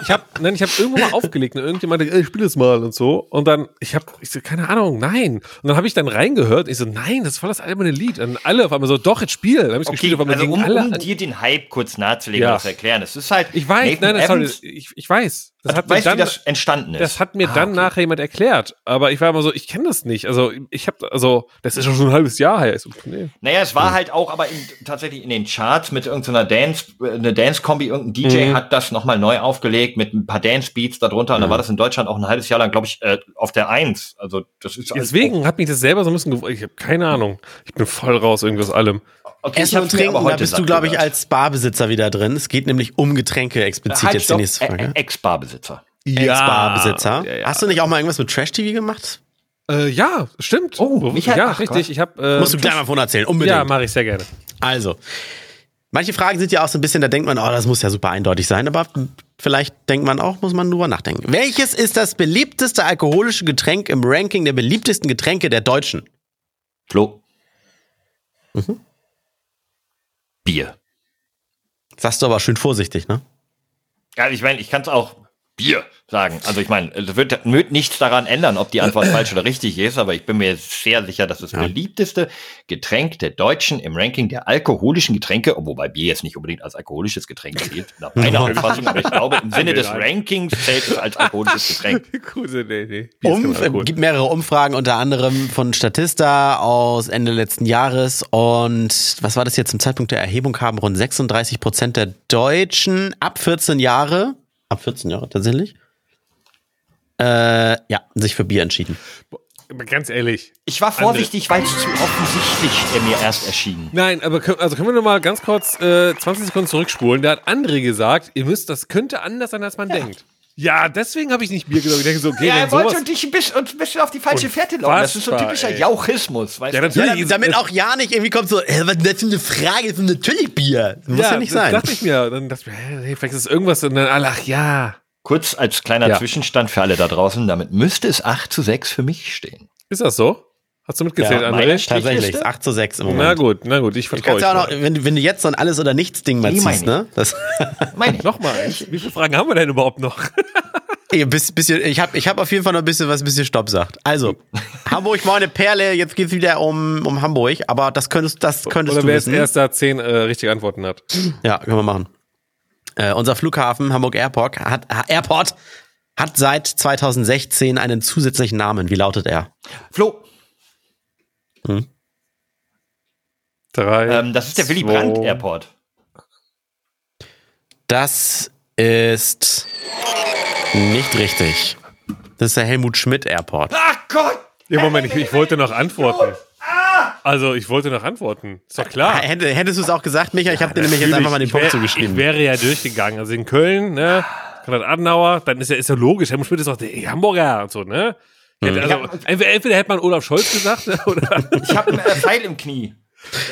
Speaker 2: Ich habe, nein, ich habe irgendwo mal aufgelegt und irgendjemand meinte, ey, spiel das mal und so. Und dann, ich habe, ich so, keine Ahnung, nein. Und dann habe ich dann reingehört. Und ich so, nein, das war das alberne Lied. Und alle auf einmal so, doch, jetzt spiel. Dann habe ich
Speaker 3: Okay,
Speaker 2: gespielt, auf einmal
Speaker 3: also um,
Speaker 2: gingen alle.
Speaker 3: um
Speaker 2: an-
Speaker 3: dir den Hype kurz nahezulegen
Speaker 2: Ja.
Speaker 3: und das erklären. Es ist halt
Speaker 2: ich weiß,
Speaker 3: Nathan
Speaker 2: nein, sorry,
Speaker 3: Evans,
Speaker 2: ich, ich weiß. Das
Speaker 3: also
Speaker 2: hat
Speaker 3: du
Speaker 2: mir
Speaker 3: weißt,
Speaker 2: dann,
Speaker 3: wie das entstanden ist. Ah,
Speaker 2: das hat mir dann nachher jemand erklärt. Aber ich war immer so, ich kenne das nicht. Also ich habe, also das ist schon so ein halbes Jahr her. Ich so, nee.
Speaker 3: Naja, es war halt auch, aber in, tatsächlich in den Charts mit irgendeiner Dance, äh, eine Dance-Kombi, irgendein
Speaker 2: Mhm.
Speaker 3: DJ hat das nochmal neu aufgelegt mit ein paar Dance-Beats darunter und dann war das in Deutschland auch ein halbes Jahr lang, glaube ich, äh, auf der Eins. Also das ist alles-
Speaker 2: Deswegen hat mich das selber so ein bisschen gewundert. Ich habe keine Ahnung. Ich bin voll raus irgendwie aus allem.
Speaker 3: okay,
Speaker 1: Essen und
Speaker 3: hab's mir aber
Speaker 1: Trinken, da
Speaker 3: heute
Speaker 1: bist du,
Speaker 3: satt
Speaker 1: glaube ich,
Speaker 3: gehört.
Speaker 1: als Barbesitzer wieder drin. Es geht nämlich um Getränke explizit
Speaker 3: halt,
Speaker 1: jetzt
Speaker 3: stopp, äh,
Speaker 1: die nächste
Speaker 3: Ä-
Speaker 1: Frage.
Speaker 3: Ä- Ex-Barbesitzer.
Speaker 1: Ex-Barbesitzer.
Speaker 2: Ja, ja.
Speaker 1: Hast du nicht auch mal irgendwas mit Trash-TV gemacht?
Speaker 2: Äh, ja, stimmt.
Speaker 3: Oh, Michael,
Speaker 2: ja,
Speaker 3: ach
Speaker 2: richtig.
Speaker 3: Gott.
Speaker 2: Ich habe. Äh,
Speaker 1: Musst du gleich mal von erzählen, unbedingt.
Speaker 2: ja, mache ich sehr gerne.
Speaker 1: Also, manche Fragen sind ja auch so ein bisschen, da denkt man, oh, das muss ja super eindeutig sein, aber vielleicht denkt man auch, muss man drüber nachdenken. Welches ist das beliebteste alkoholische Getränk im Ranking der beliebtesten Getränke der Deutschen?
Speaker 3: Flo.
Speaker 1: Mhm.
Speaker 3: Bier.
Speaker 1: Sagst du aber schön vorsichtig, ne?
Speaker 3: Ja, ich meine, ich kann es auch Bier sagen. Also ich meine, es wird, wird nichts daran ändern, ob die Antwort falsch oder richtig ist, aber ich bin mir sehr sicher, dass das beliebteste Getränk der Deutschen im Ranking der alkoholischen Getränke, wobei Bier jetzt nicht unbedingt als alkoholisches Getränk zählt, nach meiner Auffassung, aber ich glaube, im Sinne des Rankings zählt es als alkoholisches Getränk.
Speaker 2: Gute Idee.
Speaker 1: Um, äh, gibt mehrere Umfragen, unter anderem von Statista aus Ende letzten Jahres. Und was war das jetzt zum Zeitpunkt der Erhebung? Haben rund 36 Prozent der Deutschen ab 14 Jahre, ab 14 Jahre tatsächlich, äh, ja, sich für Bier entschieden.
Speaker 2: Ganz ehrlich.
Speaker 3: Ich
Speaker 1: Also
Speaker 3: war vorsichtig, weil es zu offensichtlich äh, mir erst erschien.
Speaker 2: Nein, aber können, also können wir noch mal ganz kurz äh, 20 Sekunden zurückspulen. Da hat André gesagt, ihr müsst, das könnte anders sein, als man denkt. Ja, deswegen habe ich nicht Bier genommen. Ich denke so, okay,
Speaker 3: Ja,
Speaker 2: wenn
Speaker 3: er wollte
Speaker 2: sowas.
Speaker 3: uns ein bisschen, uns ein bisschen auf die falsche Fährte locken. Das ist so ein
Speaker 2: Unfassbar,
Speaker 3: typischer
Speaker 2: ey.
Speaker 3: Jauchismus, weißt
Speaker 2: Ja,
Speaker 3: du?
Speaker 2: natürlich. ist-
Speaker 1: damit
Speaker 2: es-
Speaker 1: auch ja nicht irgendwie kommt so, äh, was ist das für eine Frage, das ist natürlich Bier. Das muss ja, nicht
Speaker 2: das
Speaker 1: sein.
Speaker 2: dachte ich mir. Dann dachte ich mir, hä, nee, vielleicht ist es irgendwas und dann alle, ach ja.
Speaker 3: Kurz als kleiner
Speaker 2: Ja.
Speaker 3: Zwischenstand für alle da draußen, damit müsste es 8 zu 6 für mich stehen.
Speaker 2: Ist das so? Hast du mitgezählt,
Speaker 3: Ja,
Speaker 2: André?
Speaker 3: meine
Speaker 1: Tatsächlich,
Speaker 3: Strichliste?
Speaker 1: ist 8 zu 6 im Moment.
Speaker 2: Na gut, na gut, ich vertraue
Speaker 1: Kannst
Speaker 2: euch.
Speaker 1: ja auch noch,
Speaker 2: mal.
Speaker 1: wenn, wenn du jetzt so ein Alles- oder Nichts-Ding mal
Speaker 3: Die meine
Speaker 1: ziehst,
Speaker 3: ich.
Speaker 1: ne? Das,
Speaker 3: Meine ich.
Speaker 2: Nochmal, wie viele Fragen haben wir denn überhaupt noch?
Speaker 1: Ey, bis, bisschen, ich habe ich hab auf jeden Fall noch ein bisschen was, ein bisschen Stopp sagt. Also, Hamburg war eine Perle, jetzt geht's wieder um, um Hamburg, aber das könntest, das könntest
Speaker 2: Oder
Speaker 1: du
Speaker 2: wer jetzt
Speaker 1: wissen.
Speaker 2: erst da zehn äh, richtige Antworten hat.
Speaker 1: Ja, können wir machen. Äh, unser Flughafen Hamburg Airport hat, ha- Airport hat seit 2016 einen zusätzlichen Namen. Wie lautet er?
Speaker 3: Flo,
Speaker 2: Drei.
Speaker 3: ähm, das ist der Willy
Speaker 2: zwei.
Speaker 3: Brandt Airport.
Speaker 1: Das ist nicht richtig. Das ist der Helmut Schmidt Airport.
Speaker 3: Ach Gott!
Speaker 2: Ja, Moment, ich, ich wollte noch antworten. Also, ich wollte noch antworten. Ist doch klar.
Speaker 1: Hätte, hättest du es auch gesagt, Micha? Ich habe dir nämlich jetzt einfach mal den
Speaker 2: Ich wär-
Speaker 1: Punkt
Speaker 2: Ich
Speaker 1: zugeschrieben.
Speaker 2: wäre ja durchgegangen. Also in Köln, ne? Konrad Adenauer, dann ist ja, ist ja logisch. Helmut Schmidt ist auch der Hamburger und so, ne? Hätte, also, entweder, entweder hätte man Olaf Scholz gesagt, ne, oder.
Speaker 3: Ich habe ein äh, Pfeil im Knie.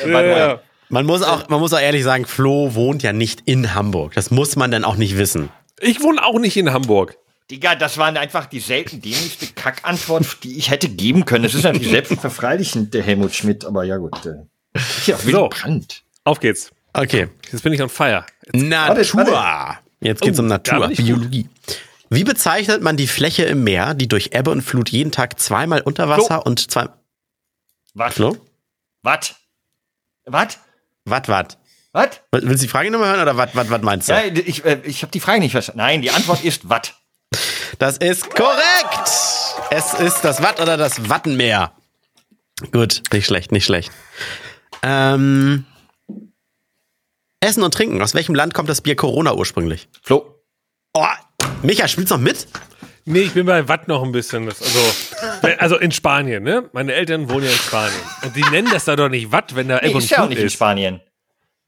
Speaker 3: Äh, by the way.
Speaker 2: Ja.
Speaker 1: Man muss, auch, man muss auch ehrlich sagen, Flo wohnt ja nicht in Hamburg. Das muss man dann auch nicht wissen.
Speaker 2: Ich wohne auch nicht in Hamburg.
Speaker 3: Digga, das waren einfach die selten dämlichste Kackantwort, die ich hätte geben können. Es ist natürlich selbstverfreilichend, der Helmut Schmidt, aber ja gut. Äh, ist ja auch Willy
Speaker 2: So.
Speaker 3: Brandt.
Speaker 2: Auf geht's.
Speaker 1: Okay.
Speaker 2: Jetzt bin ich on fire.
Speaker 1: Natur.
Speaker 3: Warte,
Speaker 1: Jetzt geht's um
Speaker 2: Oh, da
Speaker 1: Natur,
Speaker 2: bin ich gut.
Speaker 1: Biologie. Wie bezeichnet man die Fläche im Meer, die durch Ebbe und Flut jeden Tag zweimal unter Wasser und zwei
Speaker 3: Was?
Speaker 1: Flo?
Speaker 3: Was? Was?
Speaker 1: Wat, wat?
Speaker 3: Was?
Speaker 1: Will- Willst du die Frage nochmal hören oder wat, wat, wat meinst du?
Speaker 3: Ja, ich äh, ich habe die Frage nicht verstanden. Nein, die Antwort ist was?
Speaker 1: Das ist korrekt! Es ist das Watt oder das Wattenmeer. Gut, nicht schlecht, nicht schlecht. Ähm, Essen und Trinken. Aus welchem Land kommt das Bier Corona ursprünglich?
Speaker 3: Flo.
Speaker 1: Oh, Micha, spielst noch mit?
Speaker 2: Nee, ich bin bei Watt noch ein bisschen. Das, also, wenn- also in Spanien, ne? Meine Eltern wohnen ja in Spanien. Und die nennen das da doch nicht Watt, wenn da
Speaker 3: Nee,
Speaker 2: Ebbe
Speaker 3: ist ja auch
Speaker 2: und Flut
Speaker 3: nicht in
Speaker 2: ist.
Speaker 3: Spanien.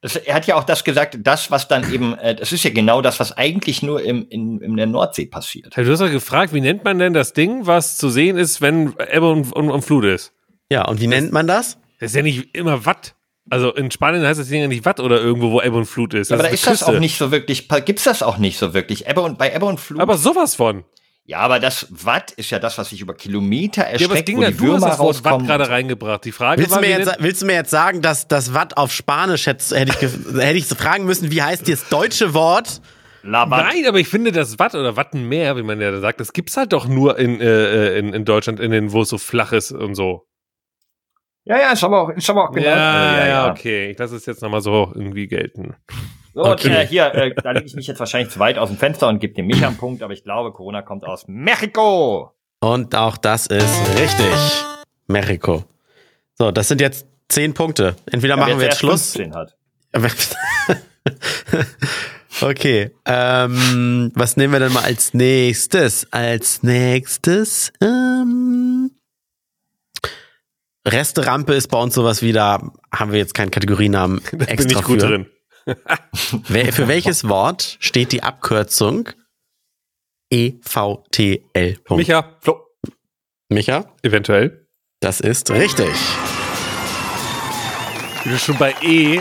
Speaker 3: Das, er hat ja auch das gesagt, das, was dann eben, äh, das ist ja genau das, was eigentlich nur im, in, in der Nordsee passiert.
Speaker 2: Du hast doch gefragt, wie nennt man denn das Ding, was zu sehen ist, wenn Ebbe und, und, und Flut ist?
Speaker 1: Ja, und wie nennt man das?
Speaker 2: Das ist ja nicht immer Watt. Also in Spanien heißt das Ding ja nicht Watt oder irgendwo, wo Ebbe und Flut ist.
Speaker 3: aber da ist
Speaker 2: eine
Speaker 3: das auch
Speaker 2: Küste.
Speaker 3: nicht so wirklich, pa- gibt's das auch nicht so wirklich. Ebbe und, bei Ebbe und Flut.
Speaker 2: Aber sowas von.
Speaker 3: Ja, aber das Watt ist ja das, was sich über Kilometer
Speaker 2: Ja, aber es
Speaker 3: erstreckt,
Speaker 2: ging
Speaker 3: wo
Speaker 2: ja,
Speaker 3: die
Speaker 2: du hast
Speaker 3: Würmer
Speaker 2: das Wort Watt
Speaker 3: rauskommen.
Speaker 2: gerade reingebracht. Die Frage
Speaker 1: Willst du,
Speaker 2: war,
Speaker 1: mir
Speaker 2: wie
Speaker 1: jetzt, sa-
Speaker 2: nennt-
Speaker 1: willst du mir jetzt sagen, dass das Watt auf Spanisch hätte hätte ich, ge- hätte ich fragen müssen, wie heißt das deutsche Wort?
Speaker 3: Labert.
Speaker 2: Nein, aber ich finde das Watt oder Wattenmeer, wie man ja da sagt, das gibt's halt doch nur in, äh, in, in Deutschland, in den, wo es so flach ist und so.
Speaker 3: Ja, ja, ist aber auch, ist aber auch genau.
Speaker 2: Ja, ja,
Speaker 3: Äh,
Speaker 2: okay. Ich lasse es jetzt nochmal so irgendwie gelten.
Speaker 3: So,
Speaker 1: Okay.
Speaker 3: äh, hier, äh, da lege ich mich jetzt wahrscheinlich zu weit aus dem Fenster und gebe dem Micha einen Punkt, aber ich glaube, Corona kommt aus Mexiko.
Speaker 1: Und auch das ist richtig. Mexiko. So, das sind jetzt zehn Punkte. Entweder machen wir jetzt
Speaker 3: erst
Speaker 1: Schluss.
Speaker 3: 15 Hat.
Speaker 1: Aber- okay. Ähm, was nehmen wir denn mal als nächstes? Als nächstes. Ähm, Resterampe ist bei uns sowas wieder. Haben wir jetzt keinen Kategorienamen extra
Speaker 2: Bin ich gut
Speaker 1: für.
Speaker 2: drin.
Speaker 1: Wer, für welches Wort steht die Abkürzung E EVTL? Punkt.
Speaker 2: Micha,
Speaker 3: Flo.
Speaker 1: Micha,
Speaker 2: eventuell.
Speaker 1: das ist richtig.
Speaker 2: Wie du schon bei E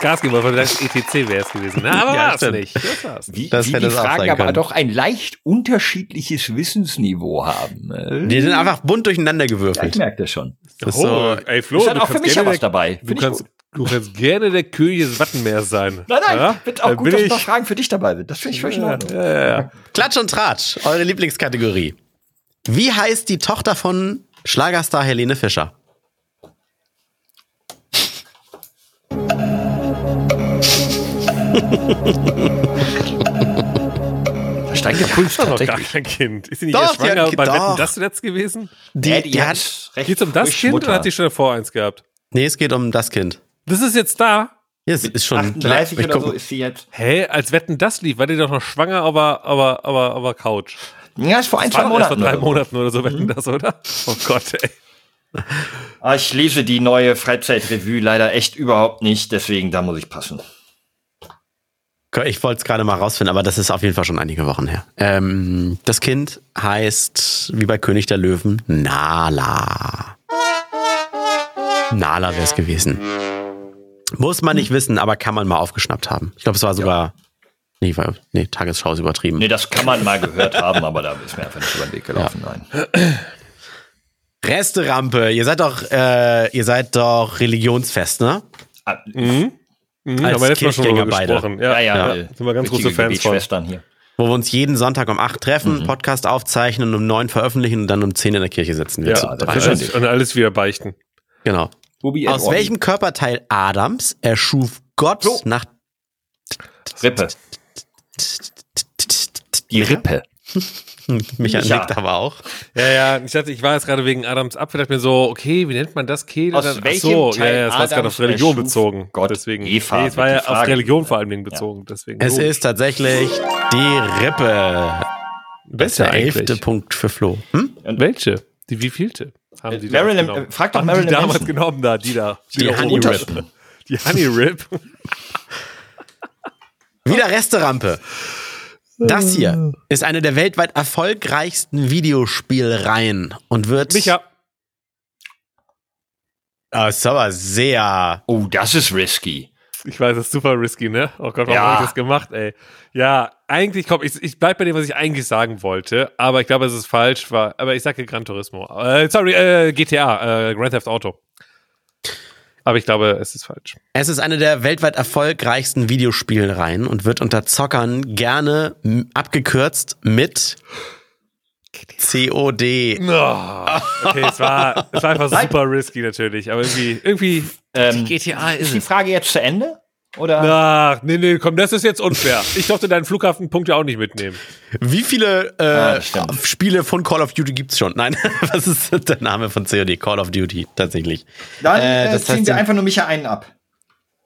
Speaker 2: Gas geben, wolltest, weil E du sagst, ETC wäre es gewesen. Na, aber
Speaker 1: Ja,
Speaker 2: war's
Speaker 1: stimmt.
Speaker 2: nicht. Das war's.
Speaker 3: Wie,
Speaker 1: Das
Speaker 3: wie
Speaker 1: hätte
Speaker 3: die
Speaker 1: es auch
Speaker 3: Fragen
Speaker 1: sein
Speaker 3: aber
Speaker 1: können.
Speaker 3: doch ein leicht unterschiedliches Wissensniveau haben. Äh,
Speaker 1: Die sind einfach bunt durcheinander
Speaker 3: ja, ich
Speaker 1: gewürfelt.
Speaker 3: merke das schon.
Speaker 1: Das ist so,
Speaker 2: ey Flo,
Speaker 3: Ist halt
Speaker 2: du
Speaker 3: auch für
Speaker 2: kannst
Speaker 3: mich ja
Speaker 2: gerne
Speaker 3: was
Speaker 2: der-
Speaker 3: dabei.
Speaker 2: Du
Speaker 3: Find ich
Speaker 2: kannst, du kannst gerne der König des Wattenmeers sein.
Speaker 3: Nein, nein,
Speaker 2: ja?
Speaker 3: wird auch
Speaker 2: Da
Speaker 3: gut,
Speaker 2: bin
Speaker 3: dass
Speaker 2: ich-
Speaker 3: noch Fragen für dich dabei sind. Das finde ich völlig in
Speaker 2: Ja,
Speaker 3: Ordnung.
Speaker 2: ja, ja.
Speaker 1: Klatsch und Tratsch, eure Lieblingskategorie. Wie heißt die Tochter von Schlagerstar Helene Fischer?
Speaker 3: Da steigt der Puls
Speaker 2: Ist doch noch gar
Speaker 3: tatsächlich.
Speaker 2: kein Kind. Ist sie nicht
Speaker 1: Doch,
Speaker 2: erst schwanger
Speaker 1: die hat-
Speaker 2: bei
Speaker 1: doch.
Speaker 2: Wetten, das zuletzt gewesen?
Speaker 1: Die,
Speaker 3: Ja,
Speaker 1: die hat,
Speaker 3: ist recht
Speaker 2: Geht's um das
Speaker 3: frisch
Speaker 2: Kind
Speaker 3: Mutter.
Speaker 2: oder hat die schon davor eins gehabt?
Speaker 1: nee, es geht um das Kind.
Speaker 2: Das ist jetzt da.
Speaker 1: Ja, es ist schon
Speaker 3: 38
Speaker 1: Ich
Speaker 3: oder
Speaker 1: guck-
Speaker 3: so ist sie jetzt.
Speaker 2: Hä, als Wetten das lief, war die doch noch schwanger, aber, aber, aber, aber Couch.
Speaker 3: Ja, ist vor ein,
Speaker 2: War
Speaker 3: zwei
Speaker 2: doch erst vor
Speaker 3: Monaten. Mhm.
Speaker 2: drei
Speaker 3: oder
Speaker 2: Monaten
Speaker 3: so.
Speaker 2: oder so, Wetten das, oder? Oh Gott, ey.
Speaker 3: Ah, ich lese die neue Freizeitrevue leider echt überhaupt nicht, deswegen da muss ich passen.
Speaker 1: Ich wollte es gerade mal rausfinden, aber das ist auf jeden Fall schon einige Wochen her. Ähm, das Kind heißt, wie bei König der Löwen, Nala. Nala wäre es gewesen. Muss man nicht wissen, aber kann man mal aufgeschnappt haben. Ich glaube, es war sogar Nee, war, nee, Tagesschau ist übertrieben.
Speaker 3: Nee, das kann man mal gehört haben, aber da ist mir einfach nicht über den Weg gelaufen. Nein.
Speaker 1: Resterampe, ihr seid doch, äh, ihr seid doch religionsfest, ne?
Speaker 3: Ah,
Speaker 2: Mhm,
Speaker 1: Als
Speaker 2: haben wir letztes Mal schon drüber
Speaker 1: Kirchgänger beide.
Speaker 2: gesprochen.
Speaker 3: Ja, ja, ja.
Speaker 2: Sind wir ganz große Fans von.
Speaker 3: Schwestern hier.
Speaker 1: Wo wir uns jeden Sonntag um 8
Speaker 3: Mhm.
Speaker 1: treffen, Podcast aufzeichnen, um 9 veröffentlichen und dann um 10 in der Kirche sitzen. Wir
Speaker 2: Ja,
Speaker 1: zu
Speaker 3: das
Speaker 1: drei.
Speaker 3: ist schon-
Speaker 2: Alles, und alles wieder beichten.
Speaker 1: Genau.
Speaker 3: Bubi
Speaker 1: Aus welchem Körperteil Adams erschuf Gott
Speaker 3: So.
Speaker 1: nach
Speaker 3: Rippe. Die Rippe.
Speaker 1: Michael
Speaker 3: Ja.
Speaker 1: nickt aber auch.
Speaker 2: Ja, ja, ich dachte, ich war jetzt gerade wegen Adams Apfel, dachte mir so, okay, wie nennt man das Kehl?
Speaker 3: Aus
Speaker 2: Dann- ach
Speaker 3: welchem
Speaker 2: so,
Speaker 3: Teil
Speaker 2: ja, ja, es war jetzt gerade auf
Speaker 3: Adams
Speaker 2: Religion
Speaker 3: erschuf
Speaker 2: bezogen.
Speaker 3: Gott
Speaker 2: deswegen.
Speaker 3: Eva,
Speaker 2: nee, es war
Speaker 3: wird
Speaker 2: ja
Speaker 3: die
Speaker 2: auf
Speaker 3: Frage.
Speaker 2: Religion vor allem bezogen. Deswegen.
Speaker 1: Es
Speaker 2: so.
Speaker 1: ist tatsächlich die Rippe.
Speaker 2: besser
Speaker 1: Der elfte
Speaker 2: eigentlich.
Speaker 1: Punkt für Flo. Hm?
Speaker 2: Welche? Die wievielte? Haben die
Speaker 3: Marilyn-
Speaker 2: damals genommen?
Speaker 3: äh, frag doch
Speaker 2: Haben die
Speaker 3: Marilyn
Speaker 2: damals
Speaker 3: Manson.
Speaker 2: genommen da, die da.
Speaker 1: Die
Speaker 2: da
Speaker 1: Honey
Speaker 2: oben.
Speaker 1: Rip.
Speaker 2: Die Honey Rip.
Speaker 1: Wieder Resterampe. Das hier
Speaker 3: Äh.
Speaker 1: ist eine der weltweit erfolgreichsten Videospielreihen und wird.
Speaker 2: Micha.
Speaker 1: Ah, ist aber sehr.
Speaker 3: Oh, das ist risky.
Speaker 2: Ich weiß, das ist super risky, ne? Oh Gott, warum
Speaker 3: Ja.
Speaker 2: hab ich das gemacht, ey? Ja, eigentlich, komm, ich, ich bleib bei dem, was ich eigentlich sagen wollte, aber ich glaube, es ist falsch, war, aber ich sage Gran Turismo. Äh, sorry, äh, GTA, äh, Grand Theft Auto. Aber ich glaube, es ist falsch.
Speaker 1: Es ist eine der weltweit erfolgreichsten Videospielreihen und wird unter Zockern gerne m, abgekürzt mit COD.
Speaker 2: Okay, es war, es war einfach super risky natürlich, aber irgendwie, irgendwie.
Speaker 3: Ähm,
Speaker 2: GTA
Speaker 3: ist die Frage jetzt zu Ende? Oder?
Speaker 2: Ach, nee, nee, komm, das ist jetzt unfair. Ich durfte deinen Flughafenpunkt ja auch nicht mitnehmen.
Speaker 1: Wie viele äh,
Speaker 3: Ah, stimmt.
Speaker 1: Spiele von Call of Duty gibt's schon? Nein, was ist der Name von COD? Call of Duty, tatsächlich.
Speaker 6: Dann
Speaker 1: Äh,
Speaker 6: äh,
Speaker 1: das
Speaker 6: ziehen
Speaker 1: heißt,
Speaker 6: wir
Speaker 1: den-
Speaker 6: einfach nur Micha einen ab.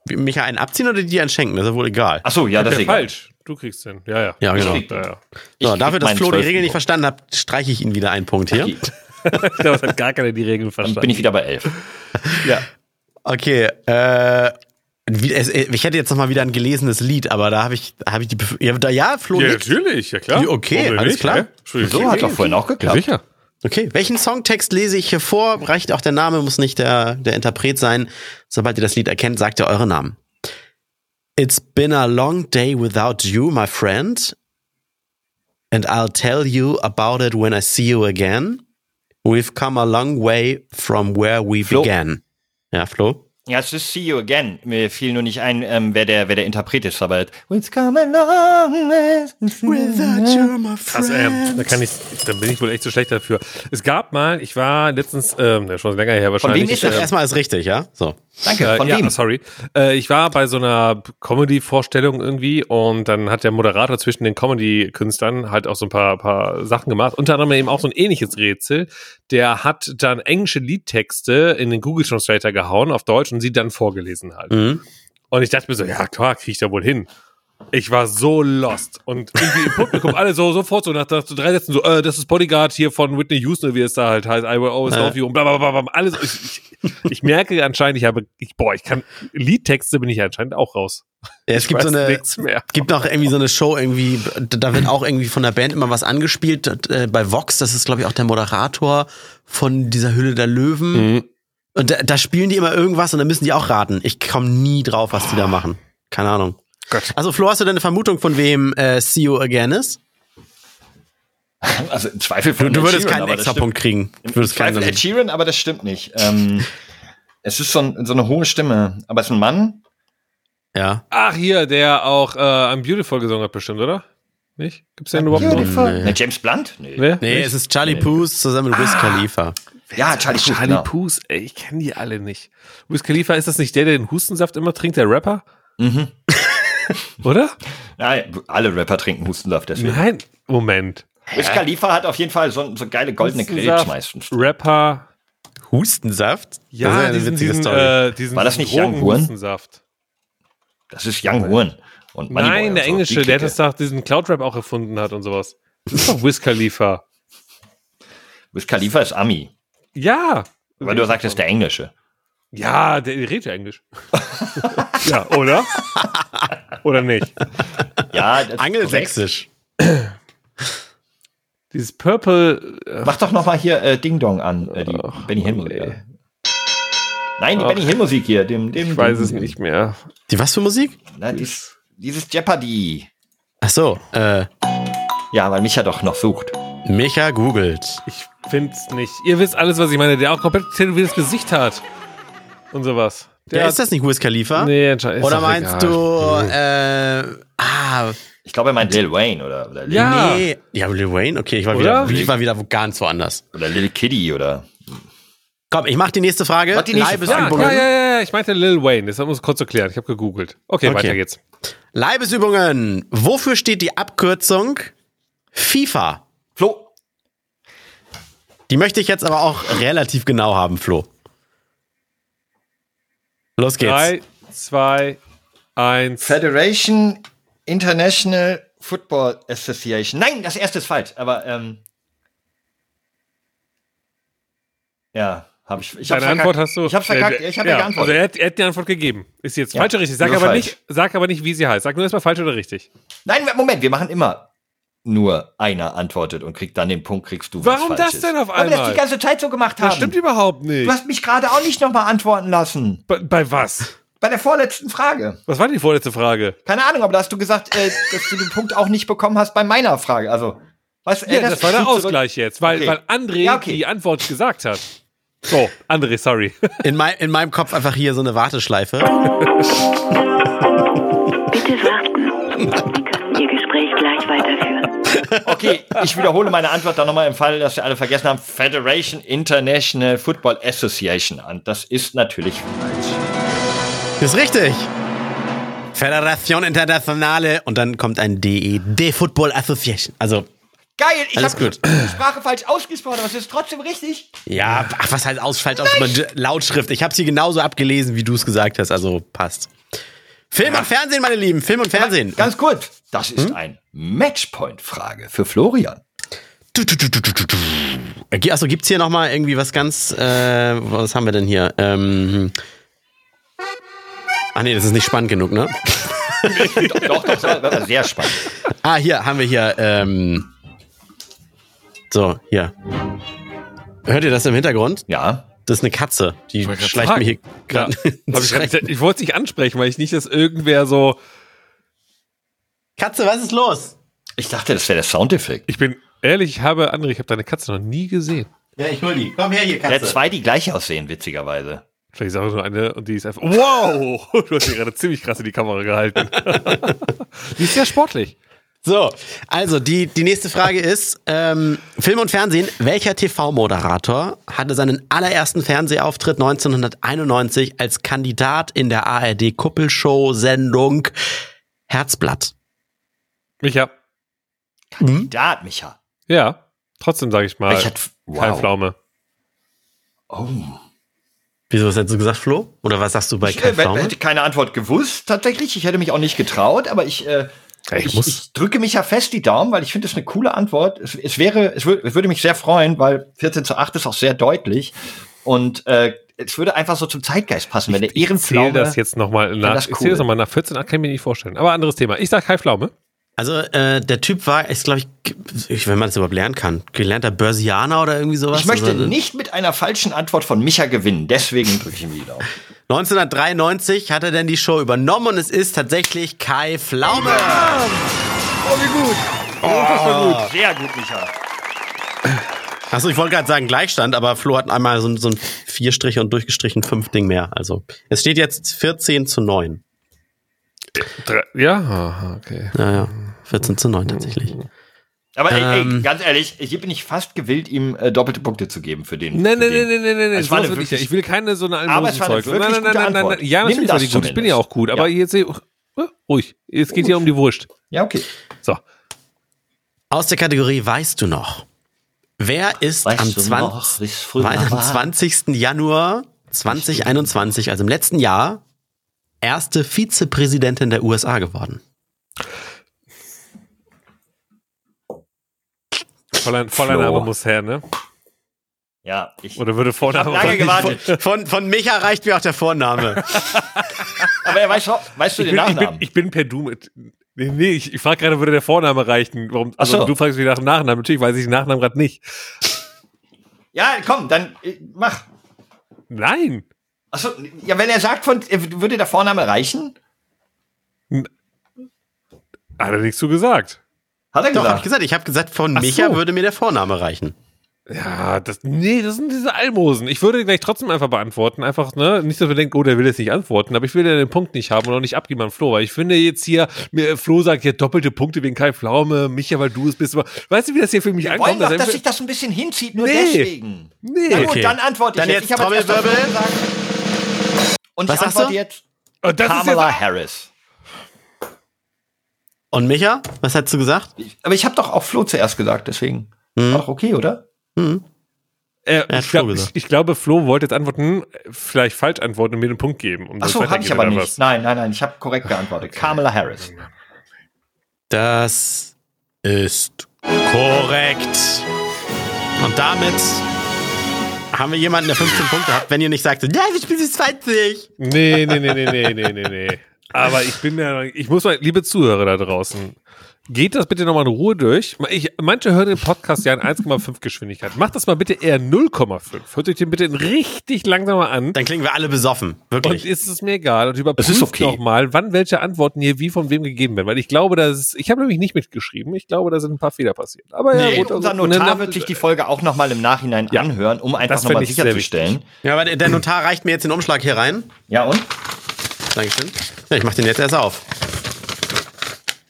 Speaker 1: Micha einen abziehen oder dir einen schenken? Das ist ja wohl egal.
Speaker 3: Ach so, ja, das ist
Speaker 2: ja,
Speaker 3: egal.
Speaker 2: falsch. Du kriegst den. Ja, ja.
Speaker 1: Ja, genau.
Speaker 2: Ich krieg den. Ja, ja.
Speaker 3: Ich
Speaker 1: so,
Speaker 3: krieg
Speaker 1: dafür, dass
Speaker 3: meinen
Speaker 1: Flo die
Speaker 3: 12.
Speaker 1: Regel nicht verstanden hat, streiche ich ihn wieder einen Punkt hier.
Speaker 3: Okay,
Speaker 2: Ich glaube, es hat gar keiner die Regeln verstanden.
Speaker 3: Dann bin ich wieder bei elf.
Speaker 1: Okay, äh, wie, es, ich hätte jetzt nochmal wieder ein gelesenes Lied, aber da habe ich, habe ich die, Bef- ja, da, ja Flo
Speaker 2: Ja,
Speaker 1: nickt.
Speaker 2: natürlich, ja klar.
Speaker 1: Ja, okay,
Speaker 2: Warum denn
Speaker 1: alles klar.
Speaker 2: hä? Entschuldigung.
Speaker 3: So hat doch vorhin auch geklappt.
Speaker 2: sicher.
Speaker 1: Okay, welchen Songtext lese ich hier vor? Reicht auch der Name, muss nicht der, der Interpret sein. Sobald ihr das Lied erkennt, sagt ihr euren Namen. It's been a long day without you, my friend. And I'll tell you about it when I see you again. We've come a long way from where we
Speaker 3: Flo.
Speaker 1: began. Ja, Flo.
Speaker 3: Ja, es ist See You Again. Mir fiel nur nicht ein, ähm, wer, der, wer der Interpret ist, aber It's coming along.
Speaker 2: Krass, ähm, da kann ich, da bin ich wohl echt zu schlecht dafür. Es gab mal, ich war letztens, ähm, ja, schon länger her wahrscheinlich.
Speaker 3: wem ist
Speaker 2: ähm,
Speaker 1: Das erstmal ist richtig, ja? So.
Speaker 3: Danke, von
Speaker 2: äh,
Speaker 3: wem?
Speaker 2: Ja, sorry. Äh, ich war bei so einer Comedy-Vorstellung irgendwie und dann hat der Moderator zwischen den Comedy-Künstlern halt auch so ein paar, paar Sachen gemacht. Unter anderem eben auch so ein ähnliches Rätsel. Der hat dann englische Liedtexte in den Google Translator gehauen auf Deutsch und sie dann vorgelesen halt.
Speaker 3: Mhm.
Speaker 2: Und ich dachte mir so, ja klar, krieg ich da wohl hin. Ich war so lost. Und irgendwie im Publikum alle so sofort so nach, nach so drei Sätzen so, äh, das ist Bodyguard hier von Whitney Houston, oder wie es da halt heißt, I will always love you und bla bla bla bla. Alles. Ich, ich, ich merke anscheinend, ich habe, ich, boah, ich kann, Liedtexte bin ich anscheinend auch raus.
Speaker 1: Ja, es
Speaker 2: Ich
Speaker 1: gibt so
Speaker 2: weiß
Speaker 1: eine,
Speaker 2: nichts mehr.
Speaker 1: gibt noch irgendwie so eine Show irgendwie, da wird auch irgendwie von der Band immer was angespielt. Äh, bei Vox, das ist glaube ich auch der Moderator von dieser Hülle der Löwen. Und da, da spielen die immer irgendwas und dann müssen die auch raten. Ich komme nie drauf, was die da machen. Keine Ahnung.
Speaker 2: Gott.
Speaker 1: Also Flo, hast du denn eine Vermutung, von wem äh, See You Again ist?
Speaker 3: Also im Zweifel von
Speaker 1: Du
Speaker 3: Ed
Speaker 1: würdest
Speaker 3: Sheeran,
Speaker 1: keinen
Speaker 3: aber das
Speaker 1: extra
Speaker 3: stimmt-
Speaker 1: Punkt kriegen. Du
Speaker 3: Im
Speaker 1: würdest keinen,
Speaker 3: Zweifel Ed Sheeran, aber das stimmt nicht. Ähm, es ist so, ein, so eine hohe Stimme, aber es ist ein Mann.
Speaker 1: ja.
Speaker 2: Ach, hier, der auch äh, I'm Beautiful gesungen hat bestimmt, oder? Nicht? Gibt's den überhaupt noch?
Speaker 3: Beautiful. Nee, James Blunt? Nee. Ah.
Speaker 2: Wer?
Speaker 1: Nee, es ist Charlie Puth zusammen mit Wiz Khalifa.
Speaker 3: Ja, Charlie Puth.
Speaker 2: Charlie
Speaker 3: genau.
Speaker 2: Puth, ey, ich kenne die alle nicht. Wiz Khalifa, ist das nicht der, der den Hustensaft immer trinkt, der Rapper? Mhm. Oder?
Speaker 3: Ja, alle Rapper trinken Hustensaft, deswegen.
Speaker 2: Nein, Moment.
Speaker 3: Wiz Khalifa hat auf jeden Fall so, so geile goldene Grills
Speaker 2: Hustensaft,
Speaker 3: meistens.
Speaker 2: Rapper.
Speaker 1: Hustensaft? Das ist
Speaker 2: Ja,
Speaker 1: eine
Speaker 2: diesen,
Speaker 1: witzige
Speaker 2: diesen,
Speaker 1: Story.
Speaker 2: äh, diesen
Speaker 3: War das nicht
Speaker 2: Drogen-
Speaker 3: Young Horn?
Speaker 2: Hustensaft.
Speaker 3: Das ist Young Horn. Und
Speaker 2: Nein,
Speaker 3: Moneyboy und
Speaker 2: der
Speaker 3: so. Die
Speaker 2: Englische, der
Speaker 3: Clique.
Speaker 2: das doch diesen Cloudrap auch erfunden hat und sowas. Das ist doch Wiz Khalifa.
Speaker 3: Wiz Khalifa ist Ami.
Speaker 2: Ja.
Speaker 3: Weil du sagtest, der Englische.
Speaker 2: Ja, der redet ja Englisch. ja, oder? oder nicht?
Speaker 3: Ja, das ist
Speaker 1: Angelsächsisch.
Speaker 2: Dieses Purple.
Speaker 3: korrekt. Mach doch noch mal hier äh, Ding Dong an, äh, die Benny Hill Musik. ja. Nein, die Benny Hill Musik hier, dem, dem.
Speaker 2: Ich weiß es nicht mehr.
Speaker 1: Die was für Musik?
Speaker 3: Na, dies, dieses Jeopardy.
Speaker 1: Ach so, äh,
Speaker 3: Ja, weil Micha doch noch sucht.
Speaker 1: Micha googelt.
Speaker 2: Ich find's nicht. Ihr wisst alles, was ich meine. Der auch komplett tätowiertes Gesicht hat. Und sowas.
Speaker 1: Ja, ist das nicht Wiz Khalifa?
Speaker 2: Nee, entscheidend. ist
Speaker 1: Oder
Speaker 2: doch
Speaker 1: meinst
Speaker 2: egal.
Speaker 1: du, äh, ah,
Speaker 3: Ich glaube, er meint Lil Wayne oder, oder, Lil,
Speaker 2: Ja. Ah.
Speaker 1: nee. Ja, Lil Wayne? Okay, ich war,
Speaker 2: Oder?
Speaker 1: wieder, ich war wieder ganz woanders.
Speaker 3: oder Lil Kitty oder.
Speaker 1: Komm, ich mach die nächste Frage.
Speaker 3: Mach die nächste
Speaker 1: Leibes-
Speaker 2: Ja,
Speaker 3: Frage.
Speaker 2: ja, ja, ja, ja, ich meinte Lil Wayne. Das muss ich kurz erklären. Ich habe gegoogelt. Okay,
Speaker 1: Okay.
Speaker 2: weiter geht's.
Speaker 1: Leibesübungen. Wofür steht die Abkürzung FIFA?
Speaker 3: Flo.
Speaker 1: Die möchte ich jetzt aber auch relativ genau haben, Flo. Los geht's.
Speaker 2: Drei, zwei, eins.
Speaker 3: Federation International Football Association. Nein, das erste ist falsch, aber ähm, ja, habe ich. ich hab's
Speaker 2: Deine Antwort hast du.
Speaker 3: Ich habe verkackt. Ich habe ja,
Speaker 2: Also
Speaker 3: geantwortet.
Speaker 2: er, hat, er hat die Antwort gegeben. Ist jetzt
Speaker 3: Ja,
Speaker 2: falsch oder richtig? Sag
Speaker 3: nur
Speaker 2: aber,
Speaker 3: falsch.
Speaker 2: nicht, sag aber nicht, wie sie heißt. Sag nur erstmal falsch oder richtig.
Speaker 3: Nein, Moment, wir machen immer nur einer antwortet und kriegt dann den Punkt, kriegst du. wenn's
Speaker 2: Warum
Speaker 3: falsch
Speaker 2: das
Speaker 3: ist.
Speaker 2: denn auf
Speaker 3: Weil wir das
Speaker 2: einmal?
Speaker 3: die ganze Zeit so gemacht haben.
Speaker 2: Das stimmt überhaupt nicht.
Speaker 3: Du hast mich gerade auch nicht nochmal antworten lassen.
Speaker 2: Bei, bei was?
Speaker 3: Bei der vorletzten Frage.
Speaker 2: Was war die vorletzte Frage?
Speaker 3: Keine Ahnung, aber da hast du gesagt, äh, dass du den Punkt auch nicht bekommen hast bei meiner Frage. Also, was, äh,
Speaker 2: Ja, das, war der
Speaker 3: zurück-
Speaker 2: Ausgleich jetzt, weil,
Speaker 3: Okay.
Speaker 2: weil André
Speaker 3: Ja, okay.
Speaker 2: die Antwort gesagt hat. So, André, sorry.
Speaker 1: In, mein, in meinem Kopf einfach hier so eine Warteschleife.
Speaker 6: Bitte warten. Sie können Ihr Gespräch gleich weiterführen.
Speaker 3: Okay, ich wiederhole meine Antwort dann nochmal im Fall, dass wir alle vergessen haben. Federation International Football Association. Und das ist natürlich falsch.
Speaker 1: Ist richtig. Federation Internationale und dann kommt ein DE, De Football Association. Also,
Speaker 3: Geil, ich
Speaker 1: Alles
Speaker 3: habe
Speaker 1: gut.
Speaker 3: die Sprache falsch ausgesprochen, aber es ist trotzdem richtig.
Speaker 1: ja, ach, was heißt ausfällt aus Lautschrift? Ich habe sie genauso abgelesen, wie du es gesagt hast, also passt. Film und Fernsehen, meine Lieben, Film und Fernsehen.
Speaker 3: Ganz kurz, das ist ein Matchpoint-Frage für Florian.
Speaker 1: Du, du, du, du, du, du, du. Äh, Achso, gibt's hier nochmal irgendwie was ganz, äh, was haben wir denn hier? Ähm, hm. ach nee, das ist nicht spannend genug, ne?
Speaker 3: Doch, doch, das war sehr spannend.
Speaker 1: Ah, hier haben wir hier. Ähm, so, hier. Hört ihr das im Hintergrund?
Speaker 3: Ja.
Speaker 1: Das ist eine Katze. Die
Speaker 2: wollte grad
Speaker 1: schleicht
Speaker 2: fragen.
Speaker 1: mir hier
Speaker 2: Ja,
Speaker 1: gerade.
Speaker 2: hab ich grad gesagt, ich wollte es nicht ansprechen, weil ich nicht, dass irgendwer so.
Speaker 1: Katze, was ist los?
Speaker 3: Ich dachte, das wäre der Soundeffekt.
Speaker 2: Ich bin ehrlich, ich habe, André, ich habe deine Katze noch nie gesehen.
Speaker 1: Ja, ich hol die. Komm her hier,
Speaker 3: Der hat zwei, die gleich aussehen, witzigerweise.
Speaker 2: Vielleicht ist auch nur eine und die ist einfach. Wow! Du hast hier gerade ziemlich krass in die Kamera gehalten. die ist sehr sportlich.
Speaker 1: So, also die, die nächste Frage ist: ähm, Film und Fernsehen. Welcher TV-Moderator hatte seinen allerersten Fernsehauftritt 1991 als Kandidat in der ARD-Kuppelshow-Sendung Herzblatt?
Speaker 2: Micha.
Speaker 3: Da hat Micha.
Speaker 2: Ja. Trotzdem sage ich mal.
Speaker 3: Ich hatte,
Speaker 2: Kein
Speaker 3: wow.
Speaker 2: Pflaume.
Speaker 3: Oh.
Speaker 1: Wieso hast du jetzt so gesagt, Flo? Oder was sagst du bei
Speaker 3: Ich äh,
Speaker 1: Kai
Speaker 3: we-
Speaker 1: Pflaume?
Speaker 3: hätte keine Antwort gewusst, tatsächlich. Ich hätte mich auch nicht getraut, aber ich, äh,
Speaker 2: ich
Speaker 3: ich,
Speaker 2: muss-
Speaker 3: ich, drücke mich ja fest die Daumen, weil ich finde, das ist eine coole Antwort. Es, es wäre, es, wür, es würde mich sehr freuen, weil 14 zu 8 ist auch sehr deutlich. Und äh, es würde einfach so zum Zeitgeist passen, wenn der
Speaker 2: Zähl
Speaker 3: Ehrenpflaume.
Speaker 2: das jetzt nochmal nach.
Speaker 3: das
Speaker 2: Ich zähle das
Speaker 3: cool.
Speaker 2: nochmal nach 14 kann ich mir nicht vorstellen. Aber anderes Thema. Ich sage Kai Pflaume.
Speaker 1: Also äh, der Typ war, ist glaube ich, g- ich, wenn man das überhaupt lernen kann, gelernter Börsianer oder irgendwie sowas.
Speaker 3: Ich möchte
Speaker 1: Also,
Speaker 3: nicht mit einer falschen Antwort von Micha gewinnen, deswegen drücke ich ihm die Daumen.
Speaker 1: 1993 hat er denn die Show übernommen und es ist tatsächlich Kai Pflaume.
Speaker 3: Sehr gut, Micha.
Speaker 1: Achso, ich wollte gerade sagen Gleichstand, aber Flo hat einmal so, ein- so ein vier Striche und durchgestrichen fünf Ding mehr. Also es steht jetzt 14 zu 9.
Speaker 2: Drei- Ja, aha, okay.
Speaker 1: Ja, ja, 14 zu 9 tatsächlich.
Speaker 3: Aber ey, ey,
Speaker 1: Ähm.
Speaker 3: ganz ehrlich, ich bin nicht fast gewillt, ihm äh, doppelte Punkte zu geben für den.
Speaker 2: Nein,
Speaker 3: für
Speaker 2: nein, nein, nein,
Speaker 3: den.
Speaker 2: nein, nein,
Speaker 3: Es
Speaker 2: sowas
Speaker 3: war eine
Speaker 2: will ich
Speaker 3: wirklich-
Speaker 2: ja. Ich will keine so eine
Speaker 3: Aber es war eine
Speaker 2: Almosenzeug.
Speaker 3: wirklich
Speaker 2: Nein, nein,
Speaker 3: gute
Speaker 2: nein, nein, nein.
Speaker 3: Antwort.
Speaker 2: Ja,
Speaker 3: Nimm
Speaker 2: natürlich war
Speaker 3: das
Speaker 2: die gut. Ich bin
Speaker 3: zumindest.
Speaker 2: ja auch gut. Aber jetzt sehe oh, ruhig. Jetzt geht hier um die Wurst.
Speaker 3: Ja, okay.
Speaker 1: Aus der Kategorie Weißt du noch? Wer ist
Speaker 3: Weißt
Speaker 1: am,
Speaker 3: du
Speaker 1: 20,
Speaker 3: noch, wie's früher
Speaker 1: war am
Speaker 3: war?
Speaker 1: 20. Januar 2021, also im letzten Jahr, erste Vizepräsidentin der USA geworden?
Speaker 2: Voller, voller
Speaker 3: Flo.
Speaker 2: Name muss her, ne?
Speaker 3: Ja, ich,
Speaker 2: Oder würde Vorname
Speaker 3: Ich hab lange
Speaker 2: oder-
Speaker 3: gewartet.
Speaker 1: Von, von Micha reicht mir auch der Vorname.
Speaker 3: aber er weiß, doch- weißt du
Speaker 2: Ich
Speaker 3: den
Speaker 2: bin, ich, bin,
Speaker 3: Nachnamen?
Speaker 2: ich bin per Du mit. Nee, nee ich, ich frage gerade, würde der Vorname reichen? Warum, also,
Speaker 3: Ach so.
Speaker 2: du fragst mich nach dem Nachnamen. Natürlich weiß ich den Nachnamen gerade nicht.
Speaker 3: ja, komm, dann äh, mach.
Speaker 2: Nein.
Speaker 3: Achso, ja, wenn er sagt, von, äh, würde der Vorname reichen?
Speaker 2: Hat er nichts zu gesagt.
Speaker 3: Hat er
Speaker 1: Doch, hab ich
Speaker 3: gesagt.
Speaker 1: gesagt. Ich habe gesagt, von
Speaker 2: Ach
Speaker 1: Micha
Speaker 2: so.
Speaker 1: würde mir der Vorname reichen.
Speaker 2: Ja, das, nee, das sind diese Almosen. Ich würde gleich trotzdem einfach beantworten. Einfach, ne, nicht, dass wir denken, oh, der will jetzt nicht antworten, aber ich will ja den Punkt nicht haben und auch nicht abgeben an Flo, weil ich finde jetzt hier, mir, Flo sagt hier doppelte Punkte wegen Kai Pflaume, Micha, weil du es bist. Aber, weißt du, wie das hier für mich
Speaker 3: Wir
Speaker 2: ankommt?
Speaker 3: wollen doch,
Speaker 2: er-
Speaker 3: dass sich das ein bisschen hinzieht, nur
Speaker 2: Nee.
Speaker 3: deswegen.
Speaker 2: Nee.
Speaker 3: Na gut,
Speaker 1: Okay.
Speaker 3: dann antworte
Speaker 1: Dann
Speaker 3: ich
Speaker 1: jetzt
Speaker 3: Ich habe als erstes
Speaker 1: Trommelwirbel.
Speaker 3: gesagt. Und
Speaker 1: Was
Speaker 3: ich
Speaker 1: sagst du?
Speaker 3: antworte jetzt
Speaker 2: Und das ist
Speaker 3: Kamala
Speaker 2: jetzt,
Speaker 3: Harris.
Speaker 1: Und Micha, was hast du gesagt?
Speaker 3: Ich- Aber ich habe doch auch Flo zuerst gesagt, deswegen. War doch okay, oder?
Speaker 2: äh,
Speaker 1: Er hat
Speaker 2: ich,
Speaker 1: Flo
Speaker 2: glaub, ich,
Speaker 1: gesagt.
Speaker 2: ich glaube, Flo wollte jetzt antworten, vielleicht falsch antworten und mir den Punkt geben. Um
Speaker 3: Ach so,
Speaker 2: das
Speaker 3: habe ich
Speaker 2: weitergeht
Speaker 3: aber
Speaker 2: oder
Speaker 3: nicht.
Speaker 2: was.
Speaker 3: Nein, nein, nein, ich habe korrekt geantwortet. Kamala Harris.
Speaker 1: Das ist korrekt. Und damit haben wir jemanden, der 15 Punkte hat, wenn ihr nicht sagt, ja, ich bin die 20.
Speaker 2: Nee, nee, nee, nee, nee, nee, nee, nee. Aber ich bin ja, ich muss mal, liebe Zuhörer da draußen, geht das bitte nochmal in Ruhe durch. Ich, manche hören den Podcast ja in 1,5 Geschwindigkeit. Macht das mal bitte eher 0,5. Hört euch den bitte in richtig langsamer an.
Speaker 1: Dann klingen wir alle besoffen.
Speaker 2: Und
Speaker 1: Wirklich.
Speaker 2: ist es mir egal und überprüft
Speaker 3: Es ist okay.
Speaker 2: noch mal, wann welche Antworten hier wie von wem gegeben werden, weil ich glaube, dass ich habe nämlich nicht mitgeschrieben. Ich glaube, da sind ein paar Fehler passiert. Aber ja,
Speaker 3: Nee,
Speaker 2: gut,
Speaker 3: unser
Speaker 2: also- und
Speaker 3: Notar
Speaker 2: dann-
Speaker 3: wird sich die Folge auch nochmal im Nachhinein
Speaker 2: Ja.
Speaker 3: anhören, um einfach
Speaker 2: Das fänd
Speaker 3: nochmal
Speaker 2: ich sehr
Speaker 3: sicherzustellen.
Speaker 1: Ja, aber der- der Notar reicht mir jetzt den Umschlag hier rein.
Speaker 3: Ja, und?
Speaker 1: Dankeschön. Ja, ich mach den jetzt erst auf.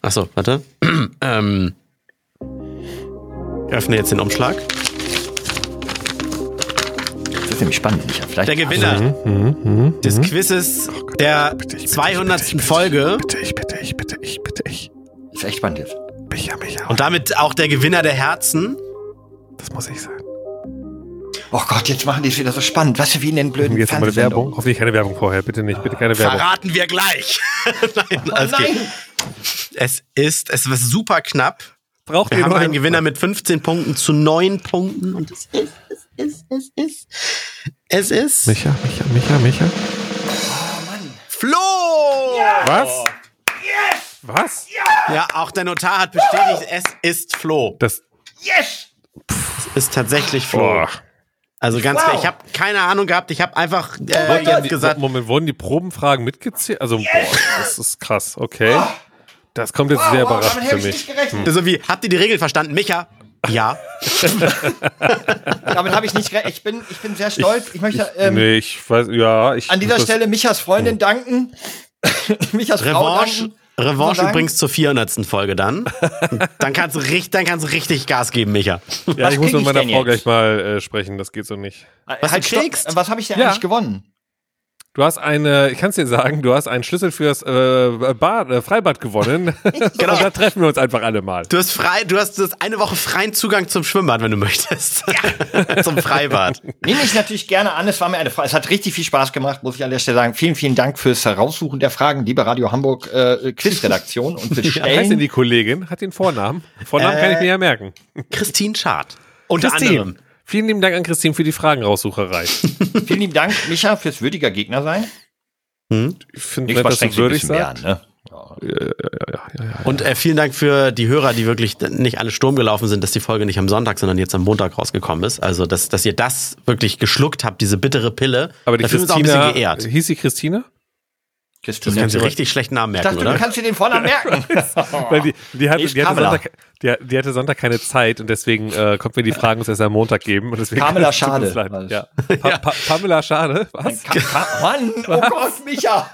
Speaker 1: Achso, warte. ähm, ich öffne jetzt den Umschlag.
Speaker 3: Das ist nämlich spannend, Micha. Vielleicht
Speaker 1: Der Gewinner
Speaker 2: Mhm.
Speaker 1: des Quizzes der 200. Folge
Speaker 3: Ist echt spannend jetzt.
Speaker 1: und damit auch der Gewinner der Herzen.
Speaker 3: Oh Gott, jetzt machen die es wieder so spannend. Was wie in den blöden
Speaker 2: jetzt mal eine
Speaker 3: Fernsehsendungen.
Speaker 2: Werbung. Hoffentlich keine Werbung vorher, bitte nicht, bitte keine Werbung.
Speaker 1: Verraten wir gleich. nein,
Speaker 3: Oh
Speaker 1: alles geht.
Speaker 3: nein!
Speaker 1: Es ist, es war super knapp.
Speaker 2: Braucht
Speaker 1: Wir
Speaker 2: ihr
Speaker 1: haben
Speaker 2: noch
Speaker 1: einen Gewinner mit 15 Punkten zu 9 Punkten und es ist, es ist, es ist, es ist
Speaker 2: Micha, Micha, Micha, Micha.
Speaker 1: Flo!
Speaker 2: Was?
Speaker 3: Oh.
Speaker 2: Was?
Speaker 1: Ja, auch der Notar hat bestätigt, es ist Flo.
Speaker 2: Das.
Speaker 1: Es ist tatsächlich Flo.
Speaker 2: Boah.
Speaker 1: Also ganz klar, ich habe keine Ahnung gehabt, ich habe einfach äh,
Speaker 2: Wurden
Speaker 1: jetzt
Speaker 2: die,
Speaker 1: gesagt,
Speaker 2: Moment, wurden die Probenfragen mitgezählt? Also, boah, das ist krass, okay.
Speaker 3: Oh.
Speaker 2: Das kommt jetzt sehr überraschend für mich.
Speaker 1: so also wie, habt ihr die Regel verstanden? Micha? Ja.
Speaker 3: Damit habe ich nicht gerechnet. Ich bin, ich bin sehr stolz. Ich, möchte ähm,
Speaker 2: nee, ich weiß, ja, ich.
Speaker 3: an dieser
Speaker 2: das,
Speaker 3: Stelle Michas Freundin danken. Michas Frau
Speaker 1: Revanche,
Speaker 3: danken.
Speaker 1: Revanche
Speaker 3: Sagen.
Speaker 1: übrigens zur 400. Folge dann. dann, kannst du richtig, dann kannst du richtig Gas geben, Micha.
Speaker 2: Ja,
Speaker 3: Was
Speaker 2: ich muss
Speaker 3: krieg
Speaker 2: mit
Speaker 3: ich
Speaker 2: meiner
Speaker 3: denn
Speaker 2: Frau
Speaker 3: jetzt?
Speaker 2: gleich mal äh, sprechen, das geht so nicht.
Speaker 1: Was
Speaker 3: halt
Speaker 1: du
Speaker 3: stopp.
Speaker 1: kriegst?
Speaker 3: Was habe ich denn
Speaker 2: Ja.
Speaker 3: eigentlich gewonnen?
Speaker 2: Du hast eine, ich kann es dir sagen, du hast einen Schlüssel fürs äh, Bad, äh, Freibad gewonnen. genau. Und da treffen wir uns einfach alle mal.
Speaker 1: Du hast frei, du hast, du hast eine Woche freien Zugang zum Schwimmbad, wenn du möchtest. zum Freibad.
Speaker 3: Nehme ich natürlich gerne an. Es war mir eine Frage. Es hat richtig viel Spaß gemacht, muss ich an der Stelle sagen. Vielen, vielen Dank fürs Heraussuchen der Fragen, liebe Radio Hamburg äh, Quizredaktion und fürs
Speaker 2: Wie heißt denn
Speaker 3: Stellen.
Speaker 2: die Kollegin? Hat den Vornamen? Vornamen kann ich mir ja merken.
Speaker 1: Christine Schad. Äh, Unter anderem.
Speaker 2: Vielen lieben Dank an Christine für die Fragenraussucherei.
Speaker 3: vielen lieben Dank, Micha, fürs würdiger Gegner sein.
Speaker 2: Ich finde, nett, dass du
Speaker 3: streng sie ein
Speaker 2: würdig
Speaker 3: bisschen mehr
Speaker 2: sagst.
Speaker 3: an, ne?
Speaker 1: Und äh, vielen Dank für die Hörer, die wirklich nicht alle Sturm gelaufen sind, dass die Folge nicht am Sonntag, sondern jetzt am Montag rausgekommen ist. Also, dass, dass ihr das wirklich geschluckt habt, diese bittere Pille.
Speaker 2: Aber die
Speaker 1: da fühlen wir uns auch ein
Speaker 2: Christina,
Speaker 1: bisschen geehrt.
Speaker 2: hieß sie Christina?
Speaker 1: Das
Speaker 3: Christine.
Speaker 1: kannst du
Speaker 3: Ich
Speaker 1: richtig schlechten Namen merken,
Speaker 3: dachte,
Speaker 1: oder?
Speaker 3: du kannst dir den Vornamen merken.
Speaker 2: Weil die, die, hatte,
Speaker 3: ist
Speaker 2: die, hatte
Speaker 3: Kamala.
Speaker 2: Sonntag, die, die hatte Sonntag keine Zeit und deswegen äh, konnten wir die Fragen uns erst am Montag geben. Und deswegen
Speaker 3: Pamela
Speaker 2: tut
Speaker 3: Schade
Speaker 2: uns leid.
Speaker 3: war das.
Speaker 2: Ja. Pa pa Pamela Schade?
Speaker 3: Ein
Speaker 2: Was?
Speaker 3: Ka Ka Mann, oh Gott, Micha.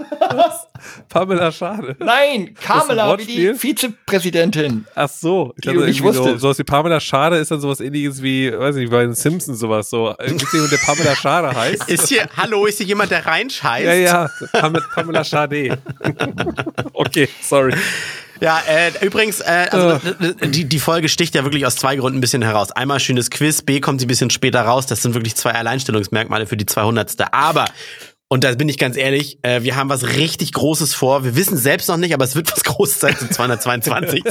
Speaker 2: Pamela Schade?
Speaker 3: Nein, Kamala, wie die
Speaker 2: Wortspiel?
Speaker 3: Vizepräsidentin.
Speaker 2: Ach so. Ich
Speaker 3: Die du nicht
Speaker 2: irgendwie so,
Speaker 3: wusstest.
Speaker 2: sowas wie Pamela Schade ist dann sowas ähnliches wie, weiß ich nicht, bei den Simpsons sowas so. äh, Gibt's jemanden, der Pamela Schade heißt?
Speaker 1: Ist hier, hallo, ist hier jemand, der reinscheißt?
Speaker 2: Ja, ja, Pam Pamela Schade. okay, sorry.
Speaker 1: Ja, äh, übrigens, äh, also, äh, die, die Folge sticht ja wirklich aus zwei Gründen ein bisschen heraus. Einmal schönes Quiz, B kommt sie ein bisschen später raus. Das sind wirklich zwei Alleinstellungsmerkmale für die 200. Aber, und da bin ich ganz ehrlich, äh, wir haben was richtig Großes vor. Wir wissen selbst noch nicht, aber es wird was Großes sein zum 222.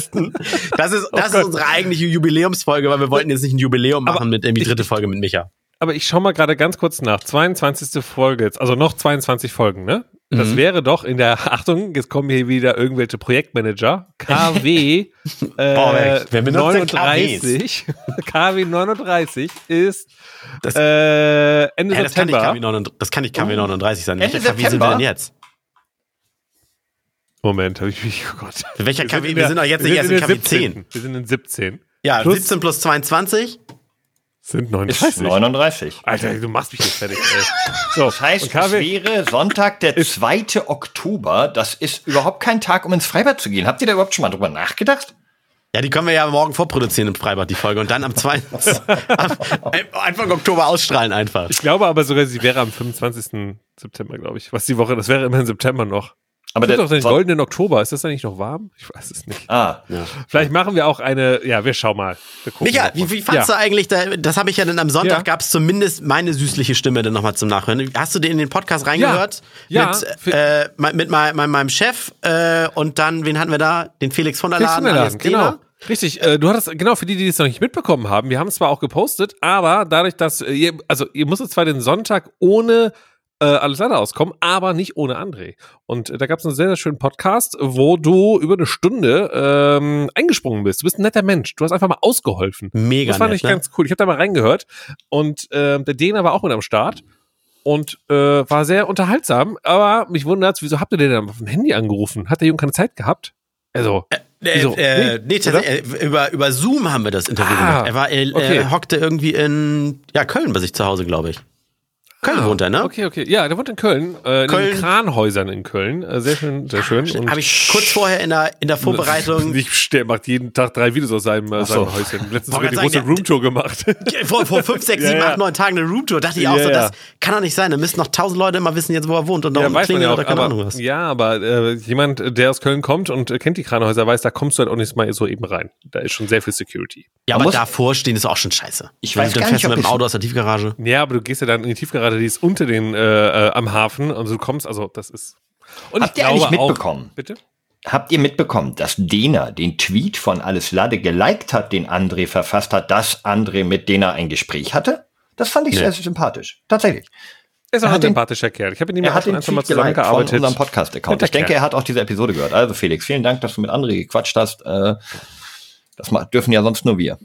Speaker 1: Das ist,
Speaker 2: Oh
Speaker 1: das ist unsere eigentliche Jubiläumsfolge, weil wir wollten jetzt nicht ein Jubiläum machen mit irgendwie dritte Folge mit Micha.
Speaker 2: Aber ich schau mal gerade ganz kurz nach. 22. Folge jetzt, also noch 22 Folgen, ne? Das wäre doch in der, Achtung, jetzt kommen hier wieder irgendwelche Projektmanager. KW äh,
Speaker 1: wer benutzt denn
Speaker 2: 39. KW 39 ist
Speaker 1: Das-
Speaker 2: äh, Ende
Speaker 1: Äh, das kann nicht
Speaker 2: September. Oh.
Speaker 1: KW 39, das kann nicht KW 39 sein.
Speaker 3: Ende
Speaker 1: Micha, wie sind wir
Speaker 3: September?
Speaker 1: denn jetzt?
Speaker 2: Moment, habe ich mich, oh Gott.
Speaker 1: Welcher
Speaker 2: Wir
Speaker 1: KW?
Speaker 2: in
Speaker 1: Wir
Speaker 2: der-
Speaker 1: sind doch jetzt nicht erst in KW 10.
Speaker 2: 17.. Wir sind in 17.
Speaker 1: Ja,
Speaker 2: Plus-
Speaker 1: 17 plus 22.
Speaker 2: Sind
Speaker 3: Ist
Speaker 2: 39.
Speaker 3: 39.
Speaker 2: Alter, du machst mich jetzt fertig, ey. So,
Speaker 3: Das heißt, es wäre Sonntag, der 2. Oktober. Das ist überhaupt kein Tag, um ins Freibad zu gehen. Habt ihr da überhaupt schon mal drüber nachgedacht?
Speaker 1: Ja, die können wir ja morgen vorproduzieren im Freibad, die Folge. Und dann am 2. am Anfang Oktober ausstrahlen einfach.
Speaker 2: ich glaube aber sogar, sie wäre am 25. September, glaube ich. Was die Woche, das wäre immer im September noch.
Speaker 3: Aber
Speaker 2: Aber
Speaker 3: der
Speaker 2: doch den
Speaker 3: Son-
Speaker 2: goldenen Oktober, ist das da nicht noch warm? Ich weiß es nicht.
Speaker 3: Ah,
Speaker 2: Vielleicht machen wir auch eine, ja, wir schauen mal. Wir gucken
Speaker 1: Micha,
Speaker 2: noch mal.
Speaker 1: wie, wie fandst du eigentlich, da, das habe ich ja dann am Sonntag,
Speaker 2: Ja.
Speaker 1: gab es zumindest meine süßliche Stimme dann nochmal zum Nachhören. Hast du den in den Podcast reingehört?
Speaker 2: Ja.
Speaker 1: Mit, äh, mit, mein, mein, meinem Chef äh, und dann, wen hatten wir da? Den Felix von der
Speaker 2: Kriegst
Speaker 1: Laden.
Speaker 2: du mir
Speaker 1: alias
Speaker 2: laden, genau.
Speaker 1: Dena.
Speaker 2: Richtig, äh, du hattest, genau, für die, die es noch nicht mitbekommen haben, wir haben es zwar auch gepostet, aber dadurch, dass äh, ihr, also ihr musstet zwar den Sonntag ohne äh, Alexander auskommen, aber nicht ohne André. Und äh, da gab es einen sehr, sehr schönen Podcast, wo du über eine Stunde ähm, eingesprungen bist. Du bist ein netter Mensch. Du hast einfach mal ausgeholfen.
Speaker 1: Mega
Speaker 2: Das fand
Speaker 1: nett,
Speaker 2: ich
Speaker 1: ne?
Speaker 2: ganz cool. Ich habe da mal reingehört und ähm, der Dena war auch mit am Start und äh, war sehr unterhaltsam. Aber mich wundert's, wieso habt ihr den dann auf dem Handy angerufen? Hat der Junge keine Zeit gehabt? Also,
Speaker 1: Äh,
Speaker 2: Wieso?
Speaker 1: äh, nee,
Speaker 2: Nee,
Speaker 1: tatsächlich, äh, über, über Zoom haben wir das Interview
Speaker 2: Ah,
Speaker 1: gemacht. Er, war, er,
Speaker 2: okay.
Speaker 1: er hockte irgendwie in ja, Köln bei sich zu Hause, glaube ich. Köln wohnt er, ne?
Speaker 2: Ah, okay, okay. Ja, der wohnt in Köln, äh, in
Speaker 1: Köln.
Speaker 2: den Kranhäusern in Köln. Äh, sehr schön, sehr schön. Und-
Speaker 1: Habe ich kurz vorher in der, in der Vorbereitung
Speaker 2: Ich stell- macht jeden Tag drei Videos aus seinem, äh, seinem Häuschen. Letztens
Speaker 1: Wollte
Speaker 2: sogar
Speaker 1: gerade
Speaker 2: die große
Speaker 1: sagen,
Speaker 2: Roomtour gemacht.
Speaker 1: vor, vor fünf, sechs,
Speaker 2: Ja,
Speaker 1: sieben,
Speaker 2: ja.
Speaker 1: acht, neun Tagen eine Roomtour. Dachte ich auch
Speaker 2: Ja,
Speaker 1: so,
Speaker 2: ja.
Speaker 1: das kann doch nicht sein. Da müssen noch tausend Leute immer wissen, jetzt wo er wohnt und da unten klingeln oder keine Ahnung
Speaker 2: aber,
Speaker 1: was.
Speaker 2: ja, aber äh, jemand, der aus Köln kommt und äh, kennt die Kranhäuser, weiß, da kommst du halt auch nicht mal so eben rein. Da ist schon sehr viel Security.
Speaker 1: Ja, aber
Speaker 3: muss-
Speaker 1: davor stehen ist auch schon scheiße.
Speaker 3: Ich
Speaker 1: Wenn
Speaker 3: weiß
Speaker 1: du, dann
Speaker 3: gar
Speaker 1: fährst
Speaker 3: nicht,
Speaker 1: du mit
Speaker 3: ob
Speaker 1: dem
Speaker 3: ich-
Speaker 1: Auto aus der Tiefgarage.
Speaker 2: Ja, aber du gehst ja dann in die Tiefgarage, die ist unter den äh, äh, am Hafen. Also du kommst, also das ist. Und
Speaker 3: Habt ihr eigentlich mitbekommen?
Speaker 2: Auch, bitte?
Speaker 3: habt ihr mitbekommen, dass Dena den Tweet von Alles Lade geliked hat, den André verfasst hat, dass André mit Dena ein Gespräch hatte? Das fand ich sehr sympathisch. Tatsächlich.
Speaker 2: Er ist
Speaker 3: Er
Speaker 2: auch ein
Speaker 3: hat den-
Speaker 2: sympathischer Kerl. Ich habe mit ihm
Speaker 3: Er
Speaker 2: auch
Speaker 3: hat
Speaker 2: schon
Speaker 3: den
Speaker 2: ein, zwei Mal
Speaker 3: Tweet geliked von
Speaker 2: zusammengearbeitet.
Speaker 3: unserem Podcast-Account. Ich
Speaker 2: Netter
Speaker 3: denke,
Speaker 2: Kerl.
Speaker 3: er hat auch diese Episode gehört. Also Felix, vielen Dank, dass du mit André gequatscht hast. Äh, Das ma- dürfen ja sonst nur wir.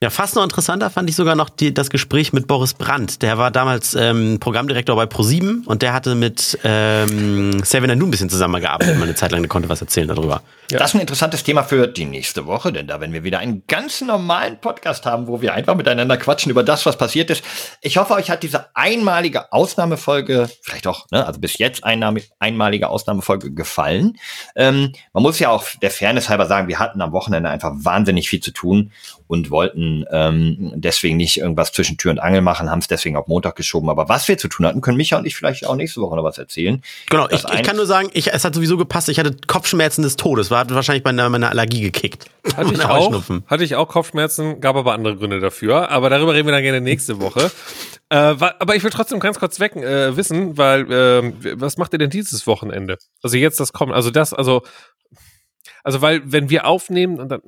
Speaker 1: Ja, fast noch interessanter fand ich sogar noch die, das Gespräch mit Boris Brandt. Der war damals ähm, Programmdirektor bei ProSieben und der hatte mit ähm, Seven Nanu ein bisschen zusammengearbeitet, mal eine Zeit lang, der konnte was erzählen darüber.
Speaker 3: Das ist ein interessantes Thema für die nächste Woche, denn da werden wir wieder einen ganz normalen Podcast haben, wo wir einfach miteinander quatschen über das, was passiert ist. Ich hoffe, euch hat diese einmalige Ausnahmefolge, vielleicht auch, ne, also bis jetzt einnahme, einmalige Ausnahmefolge gefallen. Ähm, man muss ja auch der Fairness halber sagen, wir hatten am Wochenende einfach wahnsinnig viel zu tun und wollten ähm, deswegen nicht irgendwas zwischen Tür und Angel machen, haben es deswegen auf Montag geschoben. Aber was wir zu tun hatten, können Micha und ich vielleicht auch nächste Woche noch was erzählen.
Speaker 1: Genau,
Speaker 3: Das
Speaker 1: ich, ich kann nur sagen, ich, es hat sowieso gepasst. Ich hatte Kopfschmerzen des Todes. War wahrscheinlich bei einer- meiner Allergie gekickt.
Speaker 2: Hatte ich,
Speaker 1: Meine
Speaker 2: auch,
Speaker 1: Heuschnupfen.
Speaker 2: hatte ich auch Kopfschmerzen, gab aber andere Gründe dafür. Aber darüber reden wir dann gerne nächste Woche. äh, wa- aber ich will trotzdem ganz kurz wecken, äh, wissen, weil ähm, was macht ihr denn dieses Wochenende? Also jetzt das kommt, also das, also also weil wenn wir aufnehmen und dann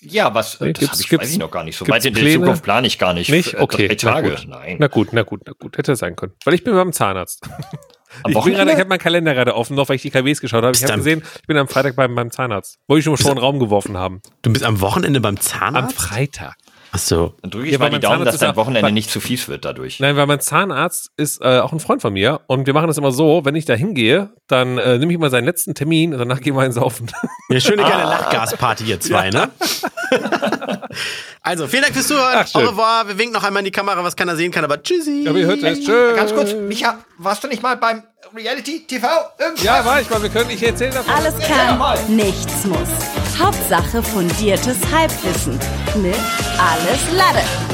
Speaker 3: Ja, was, äh,
Speaker 2: Nee,
Speaker 3: das
Speaker 2: gibt's-
Speaker 3: hab ich,
Speaker 2: gibt's-
Speaker 3: weiß ich noch gar nicht. So
Speaker 2: gibt's
Speaker 3: weit in die
Speaker 2: Pläne?
Speaker 3: Zukunft plane ich gar nicht.
Speaker 2: nicht,
Speaker 3: Äh,
Speaker 2: okay,
Speaker 3: Drei Tage,
Speaker 2: na gut,
Speaker 3: nein.
Speaker 2: na gut, na gut, na gut, hätte sein können, weil ich bin beim Zahnarzt.
Speaker 3: Am
Speaker 2: ich bin
Speaker 3: Wochenende?
Speaker 2: gerade, ich habe meinen Kalender gerade offen, noch weil ich die KWs geschaut habe. Ich habe
Speaker 1: dann-
Speaker 2: gesehen, ich bin am Freitag beim, beim Zahnarzt, wollte ich schon schon einen Raum geworfen haben.
Speaker 1: Du bist am Wochenende beim
Speaker 2: Am
Speaker 1: Zahnarzt?
Speaker 2: Freitag.
Speaker 1: Ach so.
Speaker 3: Dann drücke ich
Speaker 2: Ja,
Speaker 3: mal
Speaker 2: weil
Speaker 3: die
Speaker 2: mein
Speaker 3: Daumen,
Speaker 2: Zahnarzt
Speaker 3: dass
Speaker 2: ist
Speaker 3: dein
Speaker 2: auch-
Speaker 3: Wochenende
Speaker 2: weil-
Speaker 3: nicht zu fies wird dadurch.
Speaker 2: Nein, weil mein Zahnarzt ist äh, auch ein Freund von mir und wir machen das immer so, wenn ich da hingehe, dann äh, nehme ich mal seinen letzten Termin und danach gehen wir einen Saufen.
Speaker 1: Ja, schöne kleine
Speaker 2: Ah.
Speaker 1: Lachgasparty ihr zwei, ne? also, vielen Dank fürs Zuhören.
Speaker 2: Ach,
Speaker 1: Au
Speaker 2: schön.
Speaker 1: revoir. Wir winken noch einmal in die Kamera, was keiner sehen kann, aber tschüssi.
Speaker 2: Aber ihr hört es. Tschö.
Speaker 3: Ganz kurz, Micha, warst du nicht mal beim Reality TV? Irgendwas?
Speaker 2: Ja, war ich mal. Wir können nicht erzählen davon.
Speaker 4: Alles kann, nichts muss. Hauptsache fundiertes Halbwissen mit Alles Lade.